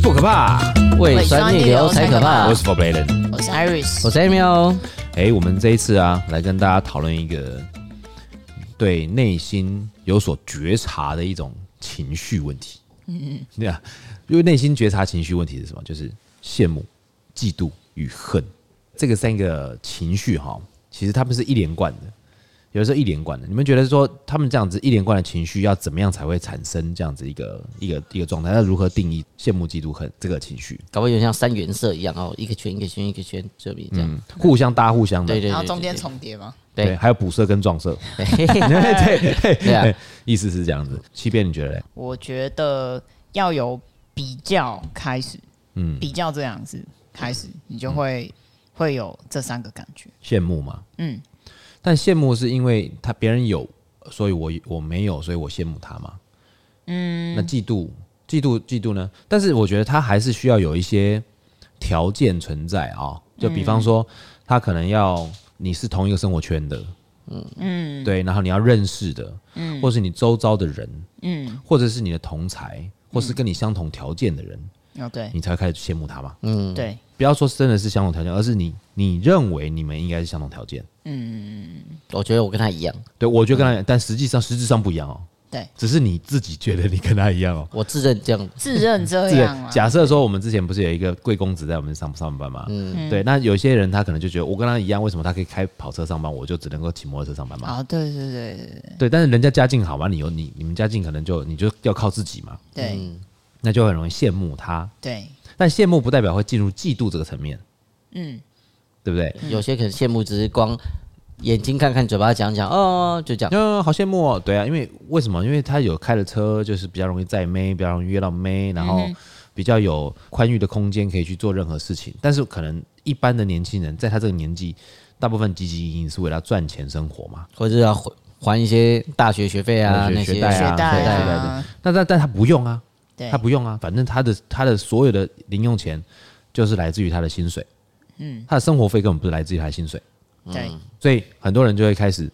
可怕。胃酸逆流才可怕我。哦是 For Bladen。我是 Iris，我是 Emil，哎，我们这一次啊，来跟大家讨论一个对内心有所觉察的一种情绪问题。嗯嗯，对啊，因为内心觉察情绪问题是什么？就是羡慕、嫉妒与恨这个三个情绪哈，其实他们是一连贯的，有的时候一连贯的。你们觉得说他们这样子一连贯的情绪要怎么样才会产生这样子一个一个一个状态？那如何定义羡慕、嫉妒、恨这个情绪？搞不好有点像三原色一样哦，一个圈一个圈一个圈，这里这样。嗯互相搭互相的，对对对，然后中间从重叠吗？对对，还有补色跟撞 色，对啊，意思是这样子。七变你觉得嘞？我觉得要有比较开始，嗯，比较这样子开始，你就会会有这三个感觉。羡慕吗？嗯，但羡慕是因为他别人有，所以我我没有，所以我羡慕他嘛。嗯，那嫉妒，嫉妒，嫉妒呢？但是我觉得他还是需要有一些条件存在啊、就比方说，他可能要你是同一个生活圈的，嗯对，然后你要认识的，嗯，或是你周遭的人，嗯，或者是你的同才，或是跟你相同条件的人，哦对你才会开始羡慕他嘛。对，不要说真的是相同条件，而是你你认为你们应该是相同条件。 我觉得我跟他一样，对我觉得跟他一样，但实际上实质上不一样哦。嗯对，只是你自己觉得你跟他一样哦。我自认这样。自认这这样个啊，假设说，我们之前不是有一个贵公子在我们上上班嘛？嗯对。那有些人他可能就觉得我跟他一样，为什么他可以开跑车上班，我就只能够骑摩托车上班嘛？啊，对对对对对。但是人家家境好嘛，你有你你们家境可能就你就要靠自己嘛，嗯对那就很容易羡慕他。对，但羡慕不代表会进入嫉妒这个层面，嗯，对不对？有些可能羡慕，只是光眼睛看看，嘴巴讲讲，哦，就这样。嗯，好羡慕哦。对啊，因为为什么？因为他有开了车，就是比较容易载妹，比较容易约到妹，然后比较有宽裕的空间可以去做任何事情。但是可能一般的年轻人，在他这个年纪，大部分积极营营是为了赚钱生活嘛。或者要还还一些大学学费啊，大学那学些贷学啊贷学贷啊，那但但他不用啊，对他，不用啊，反正他的他的所有的零用钱就是来自于他的薪水，嗯，他的生活费根本不是来自于他的薪水。对所以很多人就会开始，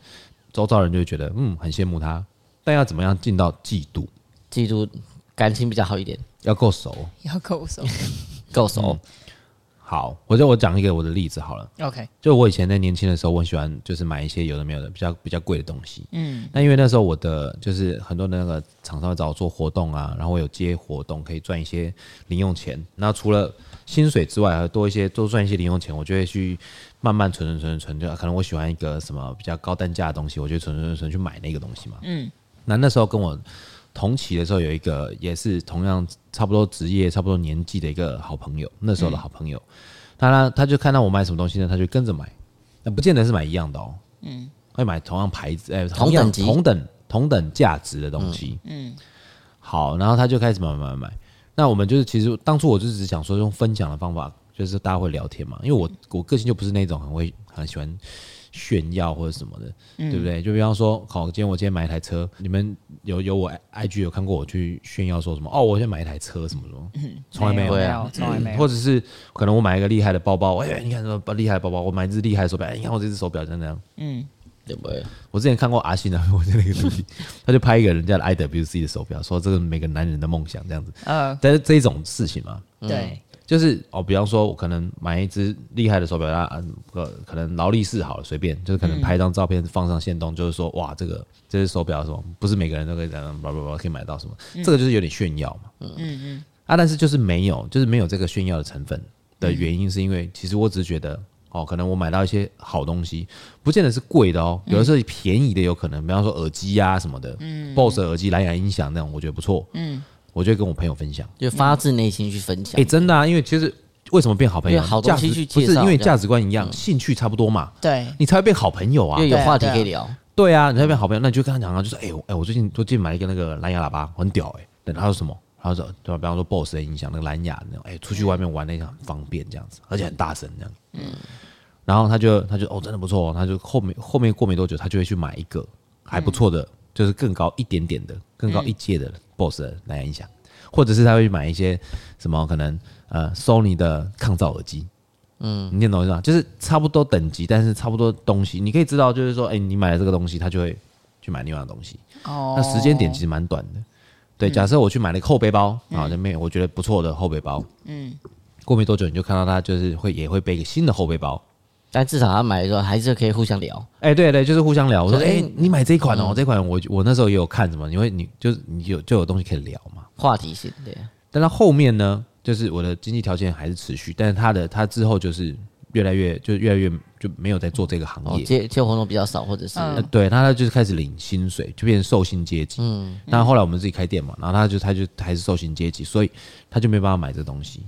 周遭人就会觉得，嗯，很羡慕他，但要怎么样进到嫉妒？记住感情比较好一点，要够熟，要够熟。够熟。好，我就我讲一个我的例子好了。 OK，就我以前在年轻的时候，我很喜欢就是买一些有的没有的比较比较贵的东西。嗯，那因为那时候我的就是很多的那个厂商会找我做活动啊，然后我有接活动可以赚一些零用钱。那除了薪水之外，还有多一些多赚一些零用钱，我就会去慢慢存存存存存，就可能我喜欢一个什么比较高单价的东西，我就存存存存去买那个东西嘛。嗯，那那时候跟我同期的时候，有一个也是同样差不多职业、差不多年纪的一个好朋友，那时候的好朋友，他呢他就看到我买什么东西呢，他就跟着买，那不见得是买一样的哦，嗯，会买同样牌子，哎、同等样级同等同等价值的东西，嗯，好，然后他就开始买买买买，那我们就是其实当初我就只想说用分享的方法，就是大家会聊天嘛，因为我我个性就不是那种很会很喜欢炫耀或者什么的，嗯对不对？就比方说，好，今天我今天买一台车，你们有有我 IG 有看过我去炫耀说什么？哦，我现在买一台车什么什么，从来没有嗯嗯没对有，啊从来没有。或者是可能我买一个厉害的包包，哎、你看什么厉害的包包？我买一只厉害的手表，哎、你看我这只手表怎样怎样？对不对？我之前看过阿信的， 我在那个东西，他就拍一个人家的 IWC 的手表，说这个每个男人的梦想这样子，呃，但是这一种事情嘛，对，就是哦，比方说，我可能买一只厉害的手表，那嗯呃，可能劳力士好了，随便，就是可能拍一张照片放上线动，就是说，哇，这个这只手表什么，不是每个人都可以这样，叭叭叭可以买到什么，这个就是有点炫耀嘛，嗯嗯嗯啊，但是就是没有，就是没有这个炫耀的成分的原因，是因为其实我只是觉得，哦，可能我买到一些好东西，不见得是贵的哦，有的时候便宜的有可能，比方说耳机啊什么的，嗯，BOSS 耳机、蓝牙音响那种，我觉得不错，嗯，我就会跟我朋友分享。就发自内心去分哎、享。真的啊，因为其实为什么变好朋友？啊因为好东西价值去不介是绍因为这样嗯价值观一样，兴趣差不多嘛，对，你才会变好朋友啊因为。有对啊话题对啊可以聊，对啊，你才会变好朋友，那你就跟他讲啊，就说哎、我哎、我最近最近买了一个那个蓝牙喇叭，很屌哎、对，然后什么？然后说，对啊吧？比方说 BOSS 的音响，那个蓝牙的那种，哎、出去外面玩那个很方便，这样子，而且很大声这样。嗯。然后他就他就哦，真的不错、哦，他就后面后面过没多久，他就会去买一个还不错的，就是更高一点点的、更高一阶的 BOSS 的蓝牙音响，或者是他会去买一些什么可能呃 Sony 的抗噪耳机。嗯，你听懂我意思吗？就是差不多等级，但是差不多东西，你可以知道，就是说，哎、你买了这个东西，他就会去买另外的东西。哦，那时间点其实蛮短的，对，假设我去买了一个后背包啊，那边我觉得不错的后背包，嗯，过没多久你就看到他就是会也会背一个新的后背包。但至少他买的时候还是可以互相聊，哎、对对，就是互相聊。我说，就哎、是哎你买这一款哦，这款我我那时候也有看什么，因为你就是你有就有东西可以聊嘛。话题性对，但到后面呢，就是我的经济条件还是持续，但是他的他之后就是越来越就越来越就没有在做这个行哦，业。接接活动比较少，或者是嗯呃对，那他就是开始领薪水，就变成受薪阶级。嗯，但后来我们自己开店嘛，然后他就他就还是受薪阶级，所以他就没办法买这东西。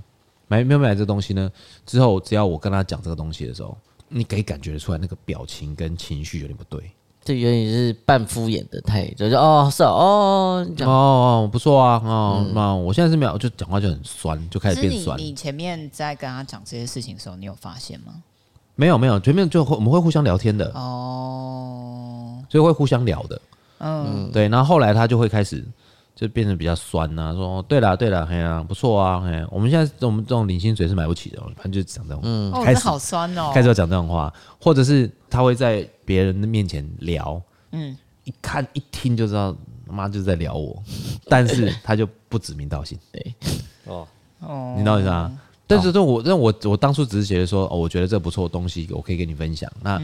买没有买这东西呢？之后只要我跟他讲这个东西的时候，你可以感觉得出来那个表情跟情绪有点不对。就有点是半敷衍的态度，就是哦是哦哦，你讲哦，不错啊，哦，那、我现在是没有，就讲话就很酸，就开始嗯是变你酸。你前面在跟他讲这些事情的时候，你有发现吗？没有没有，前面就会我们会互相聊天的，哦，所以会互相聊的。嗯，对，然后后来他就会开始就变得比较酸呐、说哦对啦对啦，嘿呀、不错啊，嘿，我们现在我们这种领薪水是买不起的，反正就是讲这种，哦，嗯开这始好酸哦，开始要讲这种话，或者是他会在别人的面前聊，嗯，一看一听就知道他妈就是在聊我，但是他就不指名道姓，哦，你知道我意思啊？但是这我但我我当初只是觉得说，哦，我觉得这不错的东西，我可以跟你分享。那、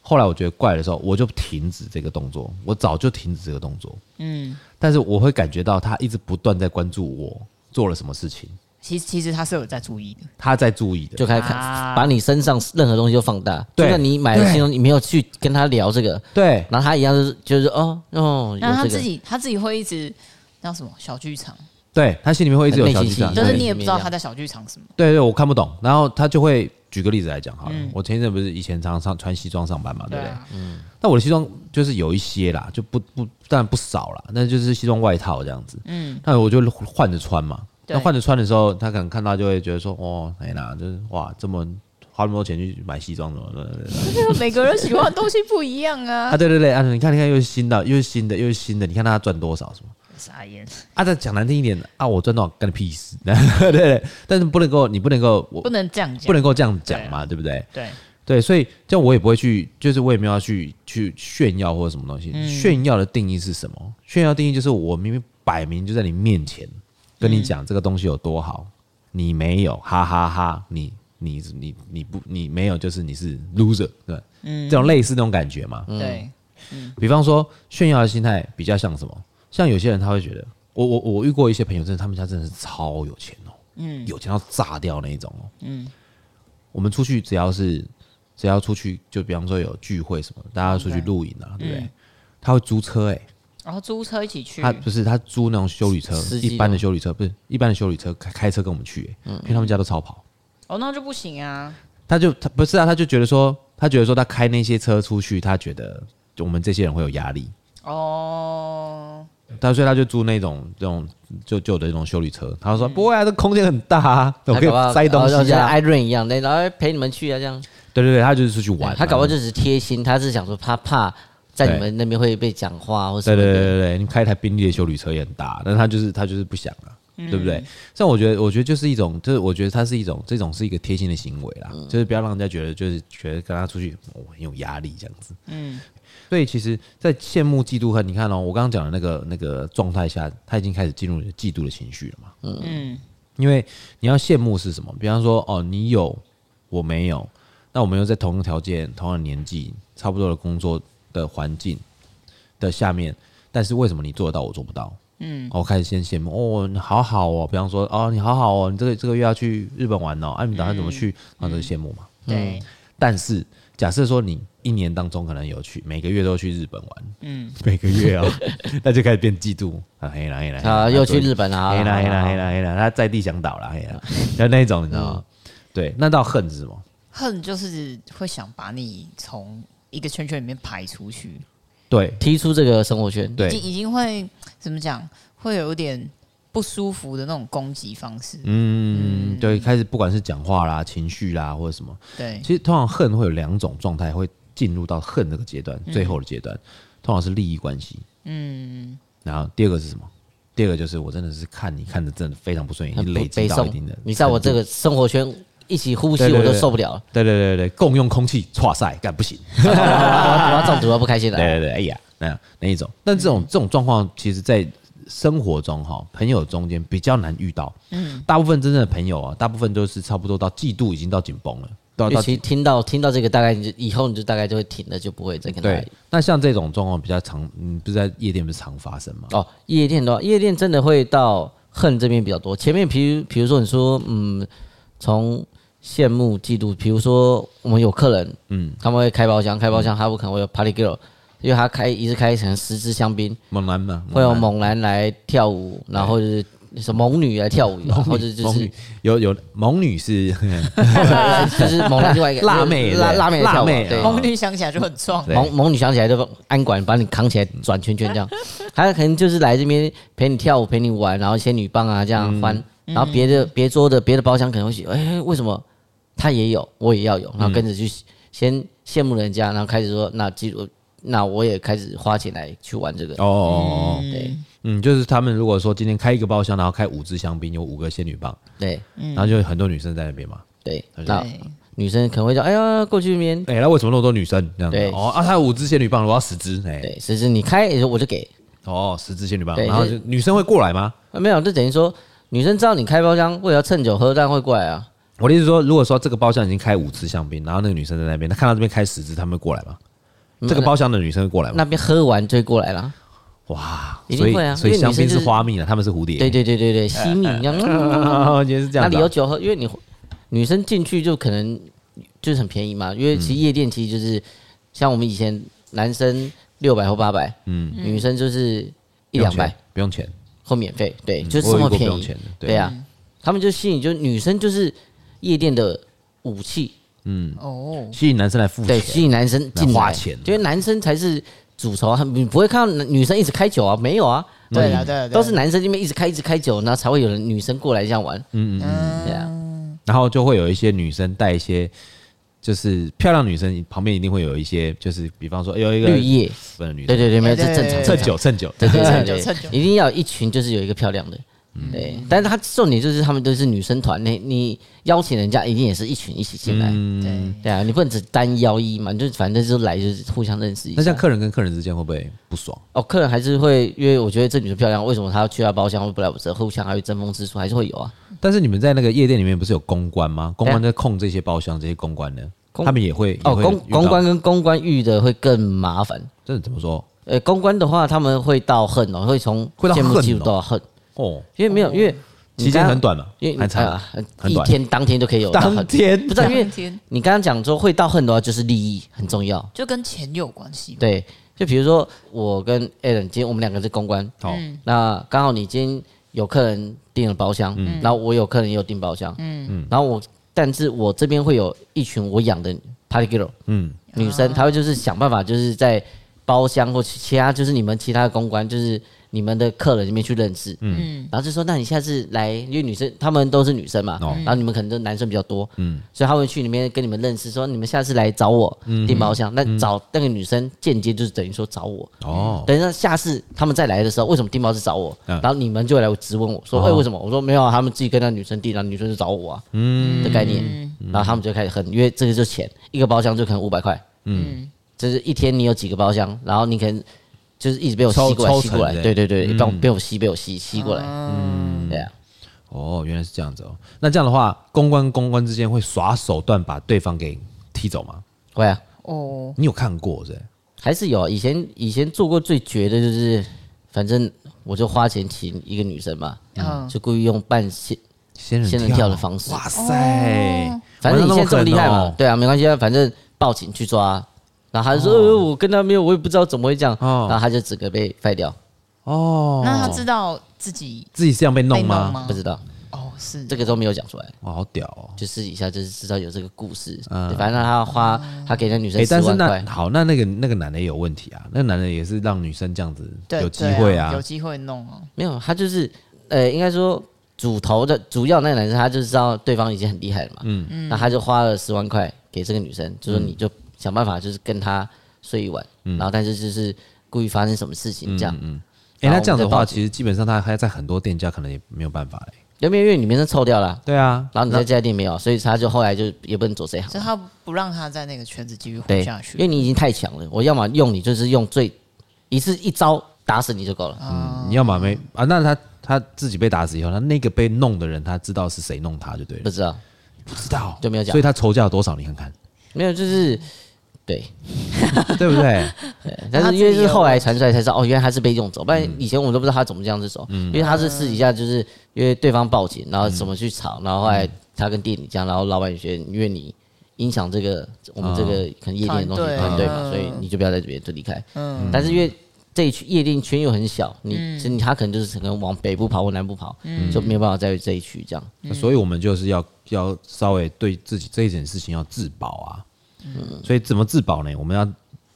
后来我觉得怪的时候，我就停止这个动作，我早就停止这个动作。嗯，但是我会感觉到他一直不断在关注我做了什么事情，其实其实他是有在注意的，他在注意的。就开始啊看把你身上任何东西都放大，就对算你买了对新东西，你没有去跟他聊这个，对然后他一样就是就是哦哦，那有他这自个己他自己会一直叫什么小剧场，对，他心里面会一直有内小心剧戏场。就啊对是对你也不知道他在小剧场什么，对对，我看不懂，然后他就会举个例子来讲好了。我前一阵不是以前常常上穿西装上班嘛，对不对？啊，那我的西装就是有一些啦，就不不当然不少啦，那就是西装外套这样子。嗯，那我就换着穿嘛。对那换着穿的时候，他可能看到就会觉得说，哦，哎啦，就是哇，这么花那么多钱去买西装，怎么的？ 每个人喜欢的东西不一样 啊啊，，对对对，啊，你看，你看，又是新的，又是新的，又是新的，你看他赚多少什么？傻眼，啊，再讲难听一点，啊，我赚多少干你屁事？ 对对对，但是不能够，你不能够，我不能这样讲，不能够这样讲对啊嘛，对不对？对，对，所以这样我也不会去，就是我也没有要去去炫耀或者什么东西。炫耀的定义是什么？炫耀定义就是我明明摆明就在你面前跟你讲这个东西有多好，你没有，哈哈哈你你你你不你没有，就是你是 loser，对吧，这种类似那种感觉嘛。对，比方说炫耀的心态比较像什么？像有些人他会觉得，我我我遇过一些朋友，真的他们家真的是超有钱哦，嗯，有钱到炸掉那一种哦，嗯，我们出去只要是只要出去，就比方说有聚会什么，大家出去 OK 露营啊，对不对？他会租车哎、然后租车一起去他，不是他租那种修理车，司机一般的吗修理车不是一般的修理车开开车跟我们去、欸，因为他们家都超跑，哦，那就不行啊，他就他不是啊，他就觉得说他觉得说他开那些车出去，他觉得我们这些人会有压力，哦，他所以他就租那种这种就旧的那种修理车，他说不会啊，这空间很大啊，我可嗯他搞不好以塞东哦就西像啊。 Irene 一样，那然后陪你们去啊这样。对对对，他就是出去玩啊，对他搞不好就只是贴心，他是想说他怕在对你们那边会被讲话或什对么对对的。对对，你开一台宾利的修理车也很大，但是他就是他就是不想啊，嗯对不对？像我觉得，我觉得就是一种，就是我觉得他是一种这种是一个贴心的行为嗯啦，就是不要让人家觉得就是觉得跟他出去我、哦很有压力这样子。嗯，所以其实，在羡慕、嫉妒和你看哦，我刚刚讲的那个那个状态下，他已经开始进入嫉妒的情绪了嘛。嗯，因为你要羡慕是什么？比方说，哦，你有，我没有，那我们又在同样条件、同样的年纪、差不多的工作的环境的下面，但是为什么你做得到，我做不到？嗯，我开始先羡慕哦，你好好哦，比方说哦，你好好哦，你这个这个月要去日本玩哦，啊，你打算怎么去？那这个羡慕嘛。嗯对，但是假设说你一年当中可能有去每个月都去日本玩，嗯，每个月哦， 那就开始变嫉妒啊，黑啦黑啦，嘿啦啊，又去日本啊！黑啦黑啦黑啦！啦黑啦，他在地想倒啦黑啦，就那一种你知道吗？对，那到恨是什么？恨就是会想把你从一个圈圈里面排出去，对踢出这个生活圈，已经对，已经会怎么讲，会有一点不舒服的那种攻击方式。嗯，对，开始不管是讲话啦、情绪啦或者什么，对，其实通常恨会有两种状态会进入到恨这个阶段，最后的阶段通常是利益关系，嗯，然后第二个是什么？第二个就是我真的是看你看的真的非常不顺眼，已很经悲累积到一诵定的。你在我这，个生活圈一起呼吸，对对我对都受不了了。对对对对，共用空气，哇塞，干不行。我要我要中毒了，不开心了。嗯对对对，哎呀，那那一种，但这种这种状况，其实在生活中哈，朋友中间比较难遇到。嗯，大部分真正的朋友啊，大部分都是差不多到嫉妒已经到紧绷了，到因为到其实听到听到这个，大概你就以后你就大概就会停了，就不会再跟他对。那像这种状况比较常，嗯，不是在夜店不是常发生吗？哦，夜店的话，夜店真的会到恨这边比较多。前面，比如比如说你说，嗯，从羡慕、嫉妒，比如说我们有客人，嗯，他们会开包厢，开包厢他不可能会有 party girl，因为他开一次开成十支香槟，猛男嘛，会有男猛男来跳舞，然后就是什么猛女来跳舞，然后就是就猛是女，有有猛女是 就是猛男另外一个辣妹辣辣妹辣跳舞，妹对哦红绿想起来就很壮，对猛猛女想起来就安管把你扛起来转圈圈这样， 他可能就是来这边陪你跳舞陪你玩，然后仙女棒啊这嗯样翻，然后别的别桌的别的包厢可能会去，哎，为什么他也有我也要有，嗯然后跟着去先羡慕人家，然后开始说那记住，那我也开始花钱来去玩这个，哦哦，哦对嗯，就是他们如果说今天开一个包厢，然后开五支香槟，有五个仙女棒，对然后就有很多女生在那边嘛。对，对那女生可能会说，哎呀过去面。哎，那为什么那么多女生这样子？对哦啊，他有五支仙女棒，我要十支。哎，对，甚至你开，我就给，哦，十支仙女棒，对然后就就女生会过来吗？啊没有，就等于说女生知道你开包厢，为了要趁酒喝，但会过来啊。我的意思是说，如果说这个包厢已经开五支香槟，然后那个女生在那边，她看到这边开十支，他们会过来吗？嗯这个包厢的女生会过来吗？那边喝完就会过来啦。哇，一所定以会啊所以因为香女生槟就是是花蜜啊，他们是蝴蝶。对对对对对，惜哎命一样。啊，原来是这那样子里啊。有酒喝，因为你女生进去就可能就是很便宜嘛，因为其实夜店其实就是像我们以前男生六百或八百，嗯，女生就是一两百不用钱，或免费，对，不就用钱我有这么遇过不便用宜钱的，对啊，他们就吸引，就女生就是夜店的武器，哦，吸引男生来付对，钱。吸引男生进来，花钱因为男生才是主仇啊，你不会看到女生一直开酒啊，没有啊，对了对了，都是男生这边一直开一直开酒，然后才会有人女生过来这样玩，嗯嗯对啊。然后就会有一些女生带一些，就是漂亮女生旁边一定会有一些，就是比方说哎有一个绿叶，粉的女对生，对对，没有，这对对正常，对趁酒趁酒，对对对趁酒对趁酒一定要有一群就是有一个漂亮的，对，但是他重点就是他们都是女生团，你你邀请人家一定也是一群一起进来，对，对啊，你不能只单邀一嘛，你就反正就来就是互相认识一那像下。客人跟客人之间会不会不爽？哦，客人还是会，因为我觉得这女生漂亮，为什么她要去她包厢，会不来我这，互相还会争风吃醋，还是会有啊。但是你们在那个夜店里面不是有公关吗？公关对在啊控这些包厢这些公关呢，公他们也会也哦，会公遇到公关跟公关遇的会更麻烦。这怎么说？呃，公关的话，他们会到恨哦，会从会到羡慕恨嫉妒哦到恨，哦，因为没有，因为你期间刚很短嘛因为，很长啊，很一短天当天就可以有到当很天不知道，因为当天你刚刚讲说会到恨的话，就是利益很重要。就跟钱有关系嘛，对，就比如说我跟 Alan，今天我们两个是公关，好，嗯那刚好你今天有客人订了包厢，嗯然后我有客人也有订包厢，嗯，然后我但是我这边会有一群我养的 party girl 嗯，女生，她会就是想办法就是在包厢或其其他就是你们其他的公关就是。你们的客人里面去认识，嗯，然后就说，那你下次来，因为女生她们都是女生嘛，哦然后你们可能就男生比较多，嗯，所以她会去里面跟你们认识，说你们下次来找我订包厢，那找那个女生间接就是等于说找我，哦，等一下，下次他们再来的时候，为什么订包是找我？嗯然后你们就会来质问我说：“哦哎、为什么？”我说：“没有啊，他们自己跟那女生订，然后女生就找我啊。”嗯，的概念。然后他们就开始恨，因为这个就钱，一个包厢就可能五百块。嗯，就是一天你有几个包厢，然后你可能就是一直被我吸抽过来，抽吸过成来，的嗯对对对，被我被我吸，被我吸吸过来。嗯，对啊，哦，原来是这样子哦。那这样的话，公关公关之间会耍手段把对方给踢走吗？会啊，哦，你有看过是不是？还是有啊。以前以前做过最绝的就是，反正我就花钱请一个女生嘛，嗯就故意用半仙仙人仙人跳的方式哇塞，哦反正你玩得现么在这么厉害狠嘛哦，对啊，没关系啊，反正报警去抓。啊然后他就说：“呃，我跟他没有，我也不知道怎么会这样。”哦然后他就整个被废掉，哦，那他知道自己自己这样被被弄弄吗？吗不？知道哦，是这个都没有讲出来，哇，好屌哦！就私底下就是知道有这个故事。嗯对反正他花他给那女生哎，十但是万块那，好，那那个那个男的也有问题啊，那个男的也是让女生这样子对有机会对啊有，机会弄哦，没有，他就是呃，应该说主头的主要那个男生，他就知道对方已经很厉害了嘛。嗯，那他就花了十万块给这个女生，就说你就想办法就是跟他睡一晚，嗯然后但是就是故意发生什么事情这样。哎，然后那这样的我话，们再报其实基本上他还在很多店家可能也没有办法嘞。有没有因为你名声臭掉了啊？对啊，然后你在这家店没有，所以他就后来就也不能走这一行所以了。他不让他在那个圈子继续对活下，因为去。你已经太强了，我要么用你就是用最一次一招打死你就够了。嗯，你要么没啊？那他他自己被打死以后，他那个被弄的人，他知道是谁弄他就对不了，知道，不知道就没有讲所以他酬价有多少？你看看，没有就是对，对不 对？嗯但他是自己因为有是后来传出来才知道，哦，原来他是被用走，不然以前我们都不知道他怎么这样子走，因为他是私底下就是因为对方报警，然后怎么去吵，然后后来他跟店里讲，然后老板也觉得因为你影响这个我们这个可能夜店的东西团队团队嘛，嗯所以你就不要在这边就离开。但是因为这一区夜店圈又很小，你其实他可能就是可能往北部跑或南部跑，就没有办法在这一区这样。所以我们就是要要稍微对自己这一件事情要自保啊。嗯所以怎么自保呢？我们要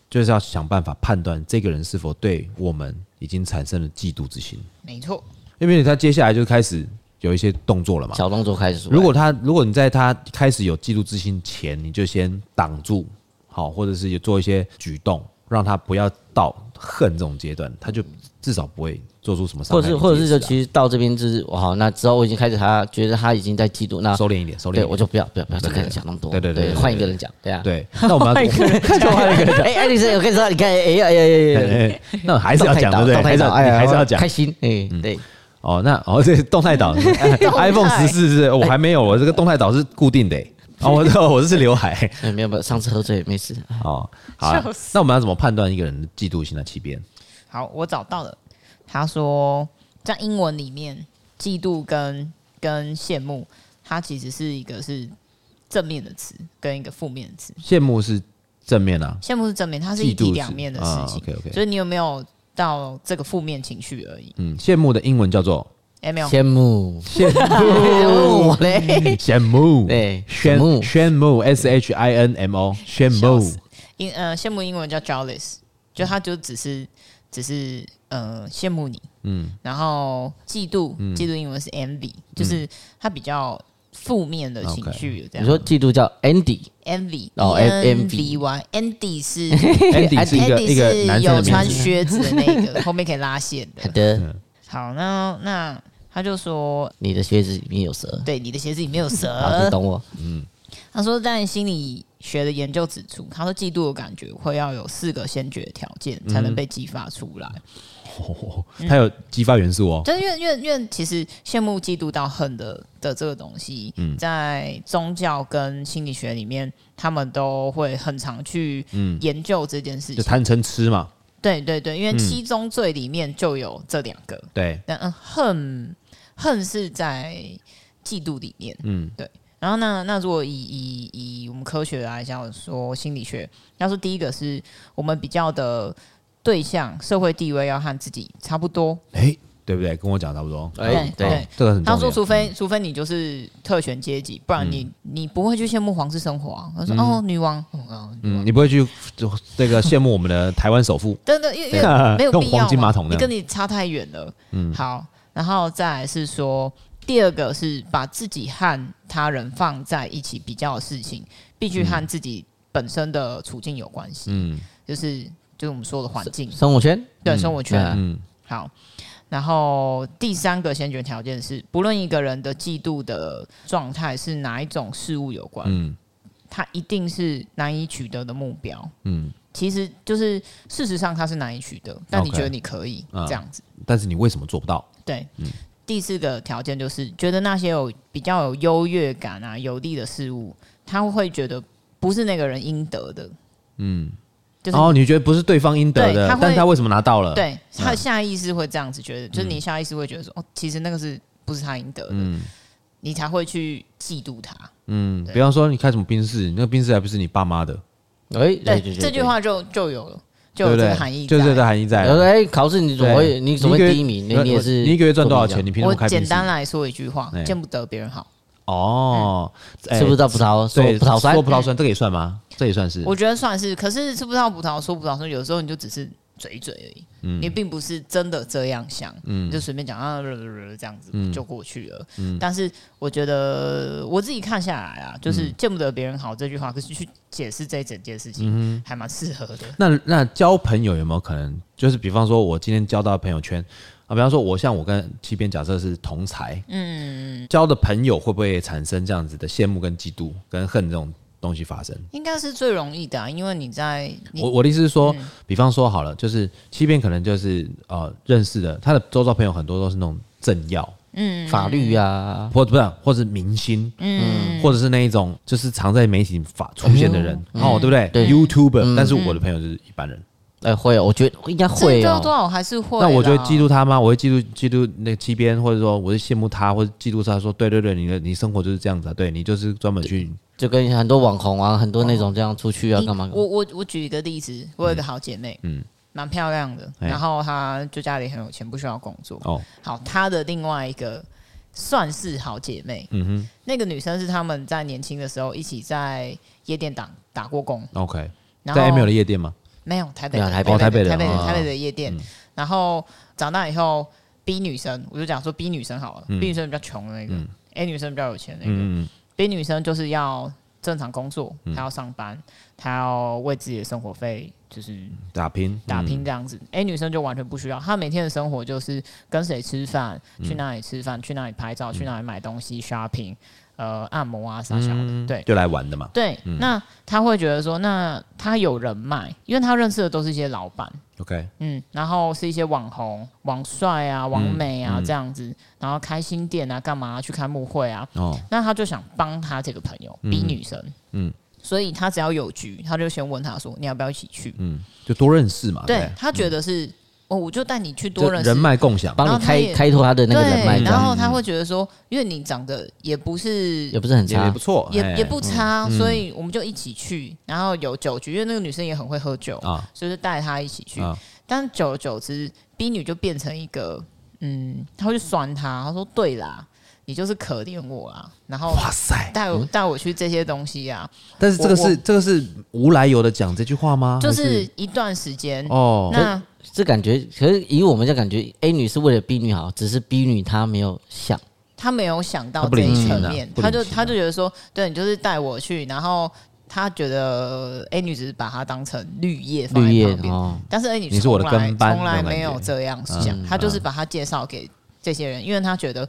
就是要想办法判断这个人是否对我们已经产生了嫉妒之心，没错，因为他接下来就开始有一些动作了嘛。小动作开始出来，如果他如果你在他开始有嫉妒之心前，你就先挡住，好，或者是有做一些举动，让他不要到恨这种阶段，他就至少不会做出什么伤或害你自者是己或者是的事就啊其实到这边就是哇好，那之后我已经开始他觉得他已经在嫉妒，那收敛一点，收敛一对点。我就不要不要不要再对跟你讲那么多，对对对对对换一个人讲，对啊，。 对，那我们要就换一个人讲。哎，爱丽丝，我跟你说，你看，哎呀哎 呀哎呀， 哎那还是要讲对不对？还是要你还是要讲哎开心，哎，对，哦。那哦，这动态 岛哎 iPhone 十四是我还没有，我这个动态岛是固定的欸。哦，我这我这是刘海哎没有没有，上次喝醉没事，哦。好啊笑死，那我们要怎么判断一个人的嫉妒心的啊欺骗？好，我找到了。他说，在英文里面，嫉妒跟跟羡慕，它其实是一个是正面的词，跟一个负面的词。羡慕是正面啊，羡慕是正面，它是嫉一妒体是两面的啊事情。 OK，OK 所以你有没有到这个负面情绪而已？嗯，羡慕的英文叫做哎、没有，羡慕，羡哦慕我 嘞，羡慕，对羡羡慕羡慕 S H I N M O 羡笑慕死英呃，羡慕英文叫 jealous，就他就只是只是呃羡慕你，嗯， 然后嫉妒，嗯嫉妒英文是 envy，就是他比较负面的情绪，这你样。说嫉妒叫 Andy， envy 哦 E ，en- N envy V Y Andy 是，Andy 是一个一哎 Andy 个是男生有的名穿字，靴子的那个，后 面可以拉线好的。嗯的，好，那那他就说，你的靴子里面有蛇，对，你的鞋子里面有啊好，你蛇。懂我，他说，但心理学的研究指出，他说嫉妒的感觉会要有四个先决条件才能被激发出来。哦嗯他有激发元素哦，就是因为因为因为其实羡慕、嫉妒到恨的的这个东西，在宗教跟心理学里面，他们都会很常去研究这件事就情。贪嗔痴嘛，对对对，因为七宗罪里面就有这两个，对，但嗯，恨恨是在嫉妒里面，嗯，对。然后那那如果以以以我们科学来讲，说心理学，要说第一个是我们比较的对象，社会地位要和自己差不多，哎，对不对？跟我讲差不多，哎哦对，这个很重他说，要。嗯除非除非你就是特权阶级，不然你、你不会去羡慕皇室生活啊。他嗯说、哦，女王，哦哦，女王嗯，你不会去就这个羡慕我们的台湾首富真的，因为因为没有啊跟我必要黄金嘛马桶那你样跟你差太远了。嗯，好，然后再来是说，第二个是把自己和他人放在一起比较的事情，必须嗯和自己本身的处境有关系。嗯，就是就是我们说的环境，生活圈，对生活圈。嗯嗯好，然后第三个先决条件是，不论一个人的嫉妒的状态是哪一种事物有关，嗯它一定是难以取得的目标。嗯，其实就是事实上它是难以取得，但你 OK 觉得你可以啊这样子。但是你为什么做不到？对，第四个条件就是觉得那些有比较有优越感啊、有利的事物，他会觉得不是那个人应得的。嗯，就是哦，你觉得不是对方应得对的他，会但他为什么拿到了？，对他的下意识会这样子觉得，就是嗯你下意识会觉得说，哦，其实那个是不是他赢得的，你才会去嫉妒他。嗯，比方说你开什么宾士，那个宾士还不是你爸妈的，哎，对，对这句。话就就有了，就对有不这个对含义？在。就是这个含义在然后。说：“哎，考试你怎么会？对你怎么一个会月第一名？那你也是你一个月赚多少做不钱？了你凭什我么开宾简士？单来说一句话，哎见不得别人好。哦，哎吃不到葡萄哦说对葡萄酸说，葡萄酸，这个也算吗？这也算是我觉得算是，可是吃不到葡萄说葡萄说，有时候你就只是嘴嘴而已，你并不是真的这样想，你就随便讲啊这样子就过去了。但是我觉得我自己看下来啊，就是见不得别人好这句话，可是去解释这一整件事情还蛮适合的。那那交朋友有没有可能？就是比方说，我今天交到朋友圈啊，比方说，我像我跟七边假设是同才，嗯，交的朋友会不会产生这样子的羡慕跟嫉妒跟恨这种东西发生。应该是最容易的、啊，因为你在你嗯我我的意思是说，比方说好了，就是欺骗可能就是呃认识的，他的周遭朋友很多都是那种政要，嗯法律啊，或不是，或是明星，嗯，或者是那一种就是常在媒体发出现的人，嗯哦，对不对对？YouTuber，但是我的朋友就是一般人，哎，会哦，我觉得应该这会多多哦。少还是会啦。那我就会嫉妒他吗？我会嫉妒嫉妒那个七边，或者说我是羡慕他，或者嫉妒他说，对对对，你的你生活就是这样子啊，对你就是专门去就跟很多网红啊，很多那种这样出去啊，你干嘛？干嘛我我我举一个例子，我有一个好姐妹，嗯，蛮漂亮的，哎然后她就家里很有钱，不需要工作。哦，好，她的另外一个算是好姐妹，嗯那个女生是他们在年轻的时候一起在夜店打打过工，哼，OK，然后在 M 的夜店吗？没有台北没有的台台北哦台北北的的台北的哦台北的夜店，然后长大以后 B 女生，我就讲说 B 女生好了，B 女生比较穷的那个，A 女生比较有钱的那个，嗯， B 女生就是要正常工作，她要上班，她要为自己的生活费就是打拼，打嗯，拼这样子。A 女生就完全不需要，她每天的生活就是跟谁吃饭，嗯去哪里吃饭，去哪里拍照，去哪里买东西，shopping，呃，按摩啊啥小的，对。嗯就来玩的嘛，对，那她会觉得说，那她有人脉，因为她认识的都是一些老板， OK，嗯，然后是一些网红、网帅啊、网嗯美啊、这样子，然后开新店啊，干嘛啊、去开幕会啊，哦，那他就想帮他这个朋友，B 女生，嗯嗯，所以他只要有局，他就先问他说你要不要一起去？嗯，就多认识嘛，对不他觉得是、哦，我就带你去啊就多认识人脉共享，帮然你后他开也开拓他的那对个人脉，这然样后他会觉得说，因为你长得也不是也不是很也也差不。错，也哎也不差，所以我们就一起去，然后有酒局，因为那个女生也很会喝酒，啊所以就带她一起去。啊，但久而久之，B 女就变成一个，嗯，她会去酸他，她说对啦，你就是可怜我啦，然后哇塞！带我带我去这些东西啊，但是这个我是这个是无来由的讲这句话吗？就啊还是嗯一段时间。哦，那这感觉，可是以我们这感觉，A 女是为了 B 女好，只是 B 女她没有想，他没有想他到不这领一情层啊面，不他领就情他啊就觉得说，对你就是带我去，然后他觉得 A 女只是把她当成绿叶放在绿叶旁边，哦，但是 A 女你是我的从来跟班从那来种感没有觉这样想，嗯她就是把她介绍给这些人，因为她觉得，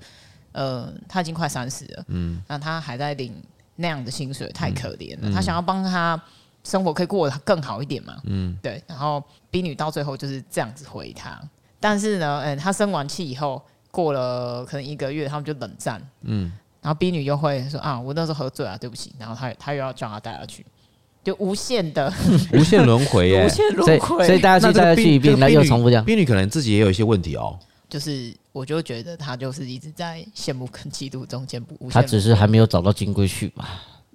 呃，她已经快三十了，嗯，那她还在领那样的薪水，太可怜嗯了，她想要帮她。生活可以过得更好一点嘛？嗯，对。然后 B 女到最后就是这样子回她，但是呢，嗯，她生完气以后，过了可能一个月，他们就冷战，嗯。然后 B 女又会说啊，我那时候喝醉啊，对不起。然后她她又要叫她带她去，就无限的无限轮回耶 无。限所轮以回。所以大家那去这大个家 B- 去一遍，这个那 B 又女重复这样。 B 女可能自己也有一些问题哦。就是我就觉得他就是一直在羡慕跟嫉妒中间不无她限。只是还没有找到金龟婿嘛，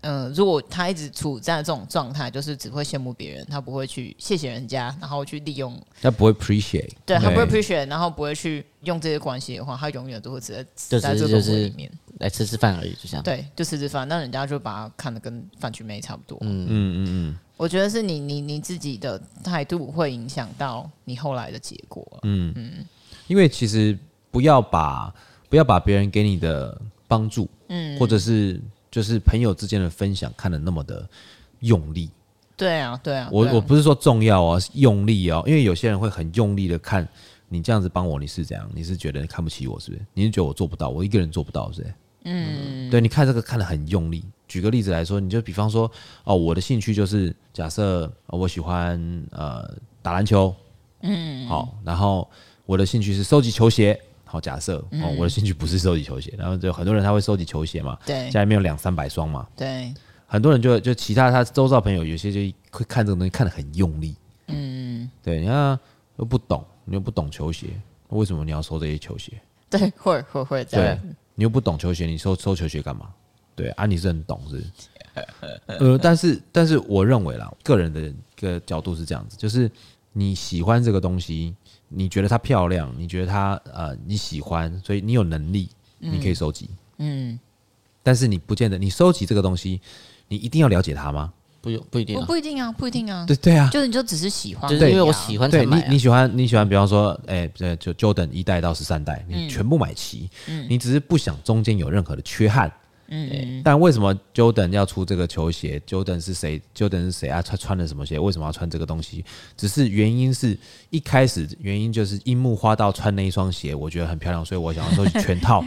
嗯、如果他一直处在这种状态，就是只会羡慕别人，他不会去谢谢人家，然后去利用，他不会 appreciate，对他不会 appreciate，然后不会去用这些关系的话，他永远都会只在只在这就个只是轮回里面。来吃吃饭而已，就这样。对，就吃吃饭，那人家就把他看得跟饭局妹差不多。嗯嗯我觉得是你你你自己的态度会影响到你后来的结果啊、嗯，因为其实不要把不要把别人给你的帮助，嗯，或者是就是朋友之间的分享看得那么的用力。对啊，对啊，我对啊我不是说重要哦，是用力哦，因为有些人会很用力的看你这样子帮我，你是怎样？你是觉得看不起我是不是？你是觉得我做不到，我一个人做不到是不是？嗯，对，你看这个看得很用力。举个例子来说，你就比方说，哦，我的兴趣就是假设、呃我喜欢呃打篮球，嗯，好，然后我的兴趣是收集球鞋，好，假设嗯哦，我的兴趣不是收集球鞋，然后就很多人他会收集球鞋嘛，对家里面有两三百双嘛，对很多人就就其他他周遭朋友有些就会看这个东西看得很用力，嗯，对，你看又不懂，你又不懂球鞋，为什么你要收这些球鞋？对，会会会这样对。，你又不懂球鞋，你收收球鞋干嘛？对啊，你是很懂是 不是呃，但是但是我认为啦，个人的个角度是这样子，就是你喜欢这个东西，你觉得它漂亮，你觉得它呃你喜欢，所以你有能力，你可以收集，嗯，但是你不见得你收集这个东西，你一定要了解它吗？不用不一定不啊，不一定啊，不一定啊。对对啊，就是你就只是喜欢而已就啊，是因为我喜欢才对你买啊你。喜欢你喜欢，比方说，哎、对，就嗯 Jordan 一代到十三代，你全部买齐，你只是不想中间有任何的缺憾，哎嗯，但为什么 Jordan 要出这个球鞋？Jordan 是谁？Jordan 是谁啊？他穿了什么鞋？为什么要穿这个东西？只是原因是一开始原因就是樱木花道穿那一双鞋，我觉得很漂亮，所以我想要收集全 套，